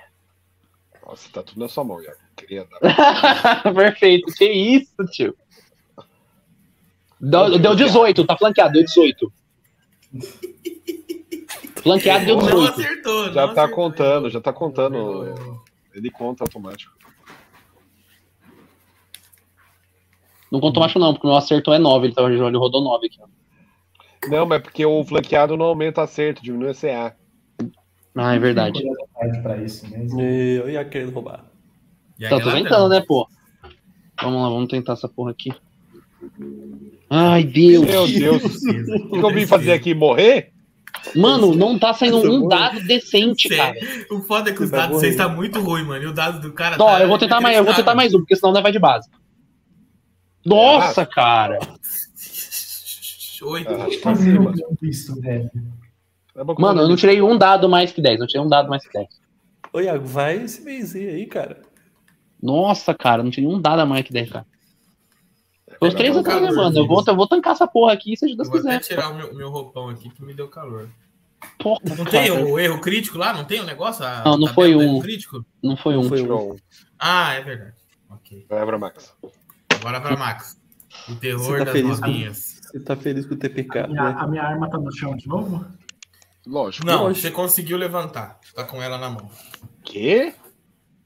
Nossa, tá tudo na sua mão, Iago. Queria dar. Perfeito, que isso, tio. Deu, deu 18, tá flanqueado, deu 18. Flanqueado deu Não 18. acertou. não Já tá acertou. contando, já tá contando. Ele conta automático. Não conto macho, não, porque o meu acertou é 9, ele, tava, ele rodou 9 aqui. ó. Não, mas é porque o flanqueado não aumenta acerto, diminui a CA. Ah, é verdade. Curiosidade pra isso mesmo. E eu ia É, querendo roubar. E é Tá, tô aquela tentando, né, pô? Vamos lá, vamos tentar essa porra aqui. Ai, Deus. Meu Deus. O Precisa, que eu vim fazer aqui? Morrer? Mano, não tá saindo Nossa, um boa. dado decente, Sério. cara. O foda é que os Você tá dados 6 tá morrendo. muito ruim, mano. E o dado do cara. Dó, tá eu vou tentar mais, eu vou tentar mais um, porque senão não vai de base. Nossa, cara. Oito. Ah, Tá pra Fazer cima. um isso, né? velho. É bom que Mano, eu não eu tirei um dado mais que 10, não tirei um dado mais que 10. Ô, Iago, vai esse mêsinho aí, cara. Nossa, cara, não tirei um dado a mais que 10, cara. Foi os três Vai atrás, colocar né, dois mano? Eu vou, deles. eu vou tancar essa porra aqui, se Deus Eu vou até quiser. tirar o meu, meu roupão aqui que me deu calor. Porra, Não tem cara. o erro crítico lá? Não tem o negócio? A Não, não tabela foi do erro um. crítico? Não foi um. Foi tirou um. Ah, é verdade. Ok. Vai pra né, Max. Agora pra Max. O Você terror tá das feliz, novinhas. Você tá feliz com o TPK, A minha, né? a minha arma tá no chão de novo? Lógico. Não, Lógico. você conseguiu levantar. Tá com ela na mão. Quê?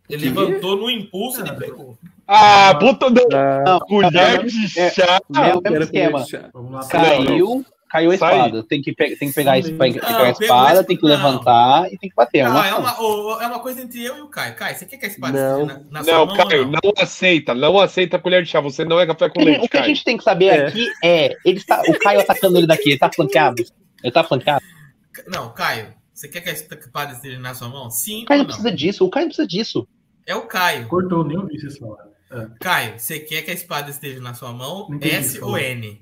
Ele levantou no impulso e ele pegou. Ah, puta da Ah, Não, mulher de chá. não, é o quero mesmo esquema. comer chá. Vamos lá. Caiu, caiu a Sai. espada. Tem que, pe- tem que pegar a espada, tem que pegar a Não, Ah, pegou a espada, espada. tem que levantar e tem que bater. Ah, é uma- uma, ô, ô, é uma coisa entre eu e o Caio. Caio, você quer que a espada Não. esteja na, na sua Não, mão Caio, ou não aceita. Não aceita colher de chá. Você não é café com leite, o que a Caio. gente tem que saber É. aqui é, ele está, o Caio atacando ele daqui, ele tá flanqueado. Ele tá flanqueado. Não, Caio, você quer que a espada esteja na sua mão? Sim O ou Caio não? não precisa disso, o Caio não precisa disso. É o Caio. Cortou, nem ouvi vocês falar. Caio, você quer que a espada esteja na sua mão? Não entendi, S por ou favor. N?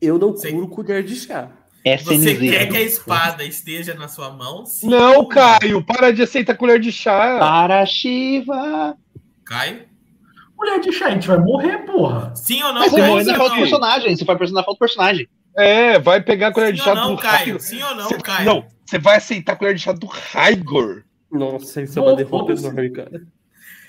Eu não Você- curo colher de chá. É Você quer que a SNZ. espada esteja na sua mão? Sim ou Não, Caio, para de aceitar colher de chá. Para Shiva. Caio? Mulher de chá, a gente vai morrer, porra. Sim ou é não, Mas se Caio? for, Sim ainda não, falta o Caio. personagem. Se for personagem, falta o personagem. É, vai pegar a colher de ou chá não, do Caio? Raigor. Sim ou não, Você- Caio? Não, você vai aceitar a colher de chá do Raigor. Nossa, isso é Ô, uma derrota foda-se. enorme, cara.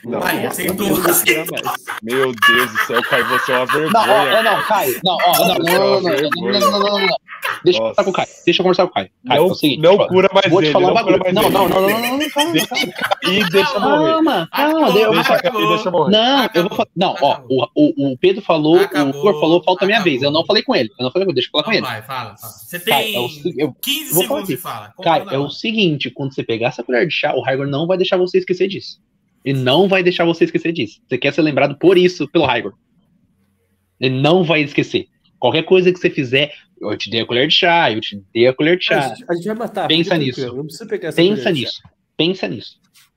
Não. Ai, aceitou. Eu não vou tirar mais. Meu Deus do céu, Caio, você é uma vergonha. Não, ó, ó, não, Caio. Não, ó, não, não, não, não, não, não, não, não, não, não, não. Deixa eu conversar com o Caio. Deixa eu conversar com o Caio. Caio, é não, o seguinte. não ó, cura mais Vou te ele, falar um é não cura bagulho. mais Não, ele. não, não, não, não, não, calma, Deixa cair, deixa morrer. calma, calma, Acabou. eu vou Deixa falar. cair, deixa morrer. Não, eu vou falar. Não, ó, o, o, o Pedro falou, o Acabou. Igor falou, falta a minha Acabou. vez. Eu não falei com ele. Eu não falei com ele, deixa eu falar com Então ele. vai, fala, fala. Você Caio, Tá é o, tem se- eu, 15 Vou falar segundos aqui. e fala. Conta Caio, na é o hora. seguinte, quando você pegar essa colher de chá, o Raigor não vai deixar você esquecer disso. Ele não vai deixar você esquecer disso. Você quer ser lembrado por isso, pelo Raigor. Ele não vai esquecer. Qualquer coisa que você fizer, eu te dei a colher de chá, eu te dei a colher de chá. A gente, a gente vai matar. Pensa fica nisso. tranquilo, Não precisa pegar É essa colher Pensa de chá. nisso. Pensa nisso.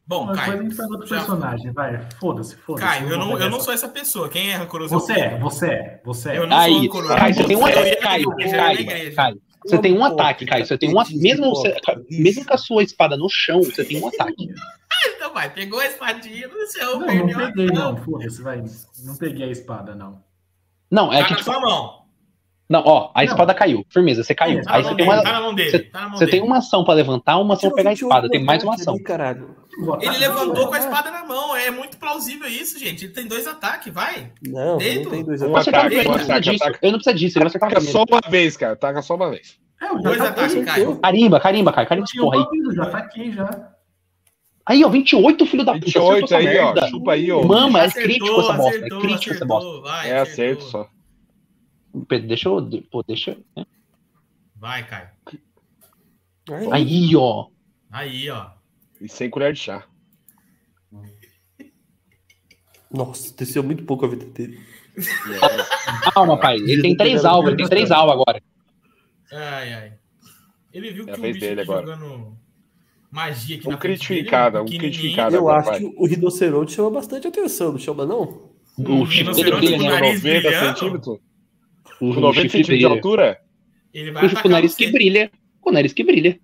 Bom, Mas depois a Caio. gente faz outro já- personagem, vai. Foda-se, foda-se. Caio, eu não, vou eu não pegar sou essa pessoa. Quem é rancoroso? Você é, você é, você é. Eu não sou Aí, rancoroso. Caio, você tem um Eu ia ataque, na Caio, igreja, eu ia na Caio, igreja. Caio. Você tem um Hipócrita, ataque, Caio. Você tem uma. hipócrita, Mesmo, você- hipócrita. mesmo com a sua espada no chão, você tem um ataque. Então vai, pegou a espadinha do céu, Não, perdeu não a peguei, mão. não, foda-se, vai. Não peguei a espada, não. Não, é Tá que. na sua mão. Não, ó, a Não. espada caiu. Firmeza, você caiu. Tá Tá na Aí você mão tem dele, uma. tá na mão dele. você- tá na mão Você dele. tem uma ação pra levantar, uma ação pra pegar a espada. Tem mais uma ação. Ali, caralho. Vou Ele atacar. levantou com a espada na mão. É muito plausível isso, gente. Ele tem dois ataques, vai. Não, Deito. não tem dois Um Vou anos. acertar ataque, primeiro, um ele não precisa ataque, tá disso. ataque. Ele não precisa disso, tá ele vai acertar Taca primeiro. só uma vez, cara. Taca só uma vez. É, eu já Dois ataquei. ataques, Caio. Carimba, carimba, Caio. Carimba essa Eu porra aí. já ataquei já. Aí, ó, 28, filho da puta. acertou 28 essa aí, ó. merda. Chupa aí, ó. Mama, é Acertou, crítico essa bosta. É acertou, crítico essa acertou, bosta. Vai, É acertou. acerto só. Pedro, deixa eu. Pô, deixa. Vai, Caio. Ai, Aí, ó. Aí, ó. E sem colher de chá. Nossa, desceu muito pouco a vida dele. Calma, pai. Ele tem três alvos, ele tem três alvos agora. Ai, ai. Ele viu É que a um vez bicho dele aqui agora. jogando magia aqui Um na frente crítico dele, em cada, um pequenininho. crítico em cada. Ele Cara, Eu vai, acho vai. que o rinoceronte chama bastante atenção, não chama, não? O Ele não chifre dele será um brilha, né? nariz brilhando? centímetros? O, Com o 90 chifre centímetros de brilha. altura? Ele vai Com o atacar nariz você. que brilha. Com o nariz que brilha.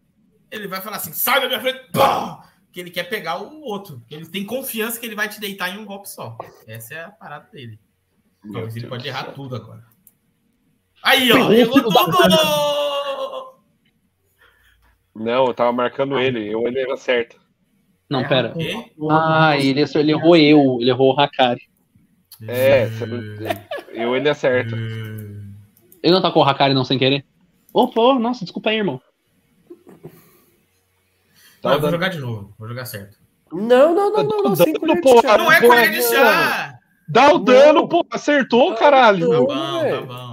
Ele vai falar assim, sai da minha frente, pá! que ele quer pegar o outro. Ele tem confiança que ele vai te deitar em um golpe só. Essa é a parada dele. Talvez ele pode errar tudo agora. Aí, ó, Pegou, errou filho da tudo! Não, eu tava marcando ele, eu ele era certo. Não, Erra pera. com- E? Ah, ele, ele errou eu. Ele errou o Hakari. É, você não- eu ele acerta. Ele não tacou o Hakari não sem querer? Opa, oh, nossa, desculpa aí, irmão. Não, eu vou dando- jogar de novo. Vou jogar certo. Não, não, não, não, não. Sem dando, colher de porra, chá. Não é Boa, colher de chá! Dá o Não. dano, pô, acertou, Não, Tá caralho. não. bom, Ué. tá bom.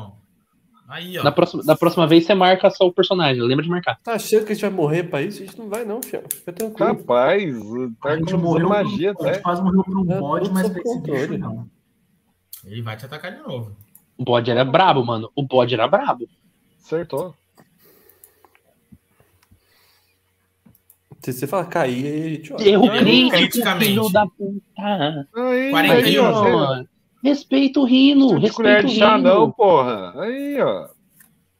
Aí, ó. Da próxima, da próxima vez você marca só o personagem. Lembra de marcar. Tá achando que a gente vai morrer pra isso? A gente não vai, não, fião. Fica tranquilo. Rapaz, A tá gente economizando morreu magia pra um- a gente até. quase morreu pra um É, bode, tudo mas sob pra esse bicho controle. não. Ele vai te atacar de novo. O bode era brabo, mano. O bode era brabo. Acertou. Se você falar cair, aí a gente olha. Erro Não, crítico, criticamente. filho da puta. Aí, 41, aí, ó. Não, Não, mano. Respeita o rino. Tipo de colher Respeita o de chá, não, rino. porra. Aí, ó.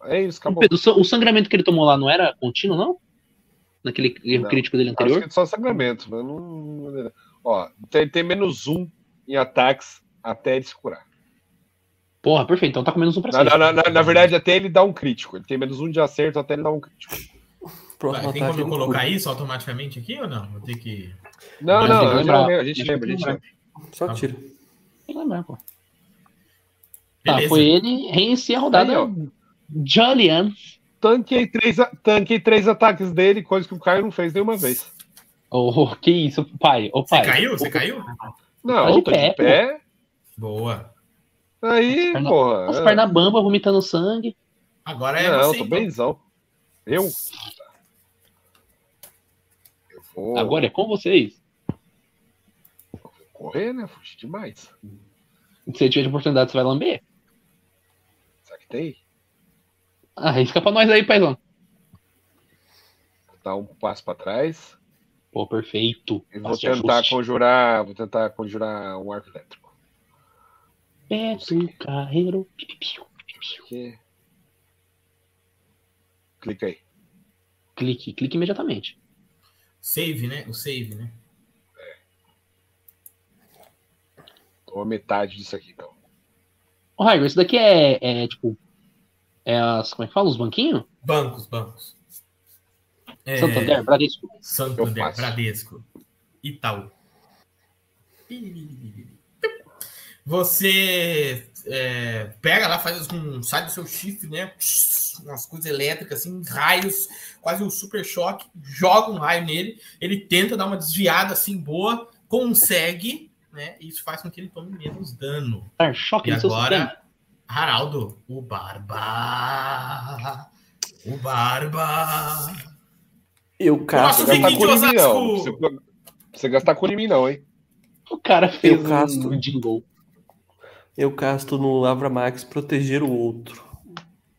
É isso, Ô, acabou. Pedro, o san- o sangramento que ele tomou lá não era contínuo, não? Naquele erro Não. crítico dele Acho anterior? que é só sangramento, mas não. Ó, tem, tem menos um em ataques até ele se curar. Porra, perfeito. Então tá com menos um pra Na, cima. na- na- na verdade, até ele dá um crítico. Ele tem menos um de acerto até ele dar um crítico. Próximo Vai, tem como ataque. eu colocar isso automaticamente aqui ou não? Vou ter que. Não, Mas não, tem que eu lembrar. já lembro, a gente Deixa eu lembra, a gente lembrar. lembra. Tá. Só tira. Tem que lembrar, pô. Tá, Beleza. foi ele, reinicia a rodada. Aí, ó. Julian. Tanquei três, a- tanquei três ataques dele, coisa que o Caio não fez nenhuma vez. Oh, que isso, pai. Ô, Você pai. caiu? Você caiu? Não, Tá de tô de pé, pé. Boa. Aí, Perna- porra. As é. pernas bamba, vomitando sangue. Agora é Não, você. tô então. benzão. Eu? Eu vou Agora é com vocês. correr, né? Fugir demais. Se você tiver de oportunidade, você vai lamber. Será que tem? Ah, Arrisca pra nós aí, paizão. Dar um passo pra trás. Pô, perfeito. Eu vou Passe de tentar ajuste. conjurar. Vou tentar conjurar um arco elétrico. Beto Carreiro. Piu, piu, piu. Aqui. Clica aí. Clique, clique imediatamente. Save, né? O save, né? Tô a metade disso aqui, então. Ô, Raigo, isso daqui é, é, tipo. É as. Como é que fala? Os banquinhos? Bancos, bancos. É, Santander, Bradesco. Eu Santander, faço. Bradesco. Itaú. Você é, pega lá, faz um. Sai do seu chifre, né? Umas coisas elétricas, assim, raios, quase um super choque. Joga um raio nele. Ele tenta dar uma desviada assim boa, consegue, né? Isso faz com que ele tome menos dano. Dar Tá, choque E no seu agora, sistema. Haraldo, o Barba. O Barba. Eu Nossa, Você caço. gastar Viking de cura em mim, não. Você, Osasco! você gastar cura em mim, não, hein? O cara fez Eu um, casto. um jingle. Eu casto no Lavra Max proteger o outro.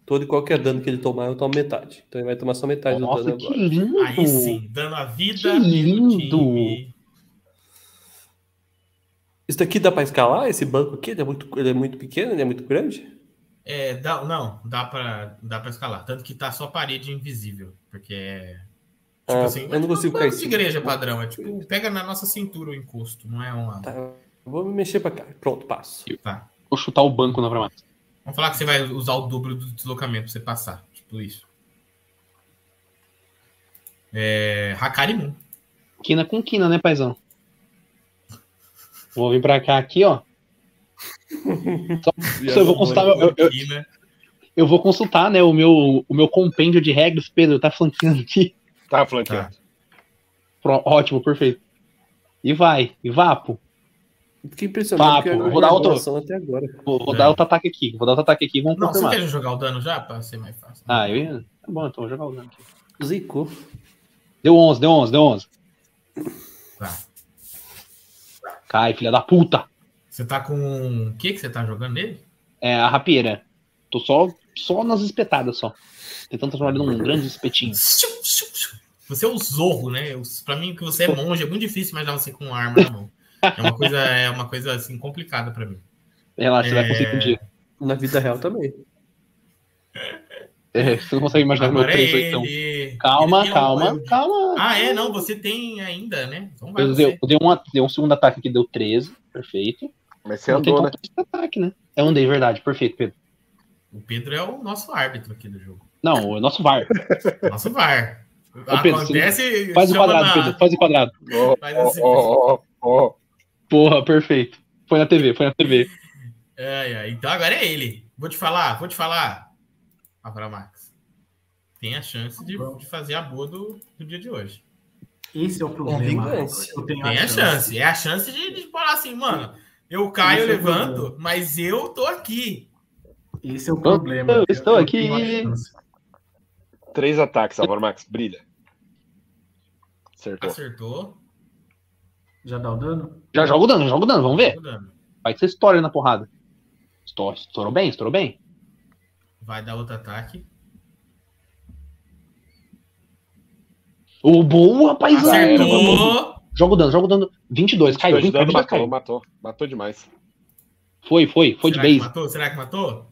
Todo e qualquer dano que ele tomar, eu tomo metade. Então ele vai tomar só metade do Nossa, dano que agora. lindo! Aí sim, dando a vida. Que pelo time. lindo! Isso daqui dá pra escalar? Esse banco aqui? Ele é muito, ele é muito pequeno? Ele é muito grande? É, dá, não, dá pra, dá pra escalar. Tanto que tá só parede invisível. Porque é. Tipo Ah, assim, eu não consigo é cair. uma de igreja padrão. É tipo, pega na nossa cintura o encosto, não é uma. Tá, vou me mexer pra cá. Pronto, passo. Tá. Vou chutar o banco na mais. Vamos falar que você vai usar o dobro do deslocamento pra você passar. Tipo isso. É. Hakarimun. Quina com quina, né, paizão? Vou vir pra cá aqui, ó. Só eu, vou consultar, eu, eu- Aqui, né? eu vou consultar, né, o meu, o meu compêndio de regras, Pedro, tá flanqueando aqui. Tá, flanqueando. Pró- ótimo, perfeito. E vai, e vapo. Fiquei impressionado. Papo, que eu vou dar outro. ação até agora. Vou, vou É. dar outro ataque aqui, vou dar outro ataque aqui, vamos Não, você confirmar. quer jogar o dano já? Pra ser mais fácil. Ah, eu ia... Tá bom, então vou jogar o dano aqui. Zicou. Deu 11, deu 11, deu 11. Tá. Cai, filha da puta. Você tá com. O que que você tá jogando nele? É, a rapieira. Tô só, só nas espetadas, só. Tentando transformar ele num grande espetinho. Você é o zorro, né? Eu, pra mim, que você é monge, é muito difícil imaginar você com uma arma na mão. É uma coisa, é uma coisa assim, complicada pra mim. Relaxa, você vai É. conseguir um dia. Na vida real também. É, você não consegue imaginar meu Agora é 3 ou então. ele. Ele Calma, tem calma, um- calma. Ah, é, não, você tem ainda, né? Então vai Eu você. dei, eu dei um, dei um segundo ataque que deu 13, perfeito. Mas você Não tem andou, né? como fazer ataque, né? Eu andei, verdade, perfeito, Pedro. O Pedro é o nosso árbitro aqui do jogo. Não, o nosso VAR. Nosso VAR. Pedro, Acontece. Faz o chama quadrado, na- Pedro, faz o quadrado. Ó, Faz ó, assim. ó, ó, ó. Porra, perfeito. Foi na TV, foi na TV. Ai, ai, Então agora é ele. Vou te falar, vou te falar. Avra Max. Tem a chance de, de fazer a boa do, do dia de hoje. Esse é o problema. vingança. Eu tenho Tem a chance. É a chance de, de falar assim, mano. Eu caio, eu Esse é o levanto, mas eu tô aqui. Esse é o problema. Eu estou tenho aqui. a chance. Três ataques, Álvaro Max. Brilha. Acertou. Acertou. Já dá o dano? Já joga o dano, já joga o dano, vamos ver. Tá dando. Vai que você estoura na porrada. Estourou, estourou bem, estourou bem. Vai dar outro ataque. Ô, boa, paizão. Acertou. é, Joga o dano, joga o dano. 22, Tô caiu, 20, ajudando, matou, caiu. matou. Matou demais. Foi, foi, foi de Será que base. matou? Será que matou?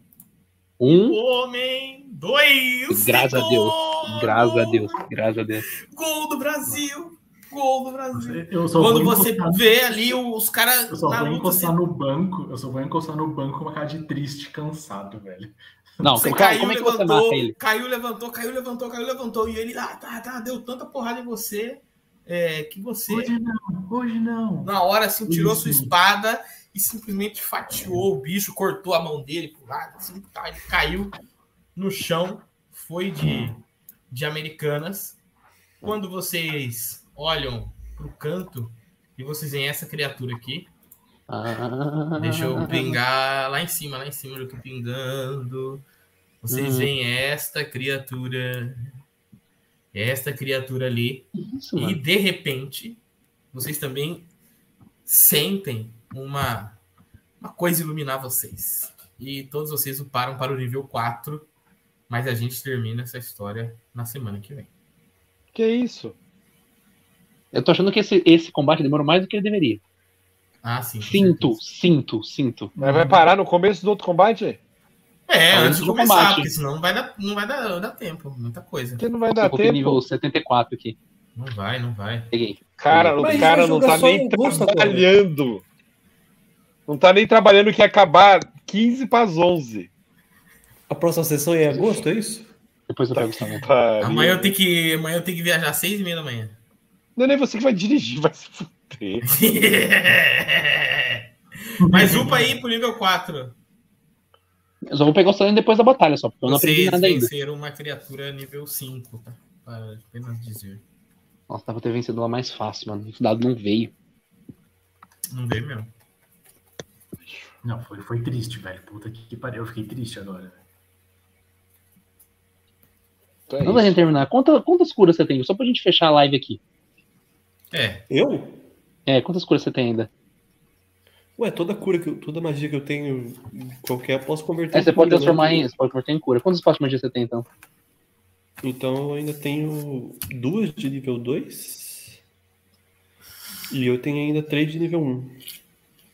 Um, Homem, dois. Graças a Deus. gol! graças a Deus, graças a Deus. Gol do Brasil. Gol do Brasil. Eu só Quando vou você encostar- vê ali os caras Eu só na vou luta, assim, encostar no banco, eu só vou encostar no banco com uma cara de triste, cansado, velho. Não, você cara, caiu, como é que você levantou, mata ele? caiu, levantou, caiu, levantou, caiu, levantou. E ele, ah, tá, tá, deu tanta porrada em você é, que você, Hoje não, hoje não. na hora, assim, tirou sua Isso. espada e simplesmente fatiou o bicho, cortou a mão dele pro lado, assim, tá, ele caiu no chão, foi de, de Americanas. Quando vocês olham pro canto e vocês veem essa criatura aqui, Ah, Deixa eu pingar lá em cima, lá em cima eu tô pingando. Vocês Hum. veem esta criatura. Esta criatura ali. Isso, mano. E de repente, vocês também sentem uma, uma coisa iluminar vocês. E todos vocês param para o nível 4. Mas a gente termina essa história na semana que vem. Que isso? Eu tô achando que esse, esse combate demorou mais do que ele deveria. Ah, sim. com Sinto, certeza. sinto, sinto. Mas vai parar no começo do outro combate? É, Antes antes de do começar, combate. porque senão não vai, dar, não vai dar, dar tempo. Muita coisa. Que não vai Eu dar coloquei tempo. nível 74 aqui. Não vai, não vai. Peguei. Cara, o Mas cara vai não jogar tá só nem um Augusta, pô. trabalhando. Não tá nem trabalhando que ia acabar 15 para as 11. A próxima sessão é em agosto, é isso? Depois eu pego o Samuel. Pariu. Amanhã eu tenho que, amanhã eu tenho que viajar às seis e meia da manhã. Não é nem você que vai dirigir, vai se fuder. Mas upa aí pro nível 4. Eu só vou pegar o Samuel depois da batalha só, porque eu não aprendi Vocês nada ainda. venceram uma criatura nível 5, tá? Para apenas dizer. Nossa, dava pra ter vencido lá mais fácil, mano. Esse dado não veio. Não veio mesmo. Não, foi, foi triste, velho. Puta que, que pariu, eu fiquei triste agora. velho. Então é Não dá pra gente terminar. Conta, quantas curas você tem? Só pra gente fechar a live aqui. É, Eu? É, quantas curas você tem ainda? Ué, toda cura, que eu, toda magia que eu tenho, qualquer, eu posso converter. É, você em pode cura, transformar né? em. Você pode converter em cura. Quantos espaços de magia você tem então? Então eu ainda tenho duas de nível 2. E eu tenho ainda três de nível 1. Um.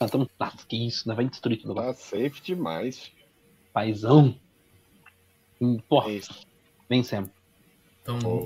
Ah, então, nossa, que isso, né? Vai destruir tudo Tá agora. safe demais. filho. Paizão. Hum, Porra, É isso. vencemos. então Boa.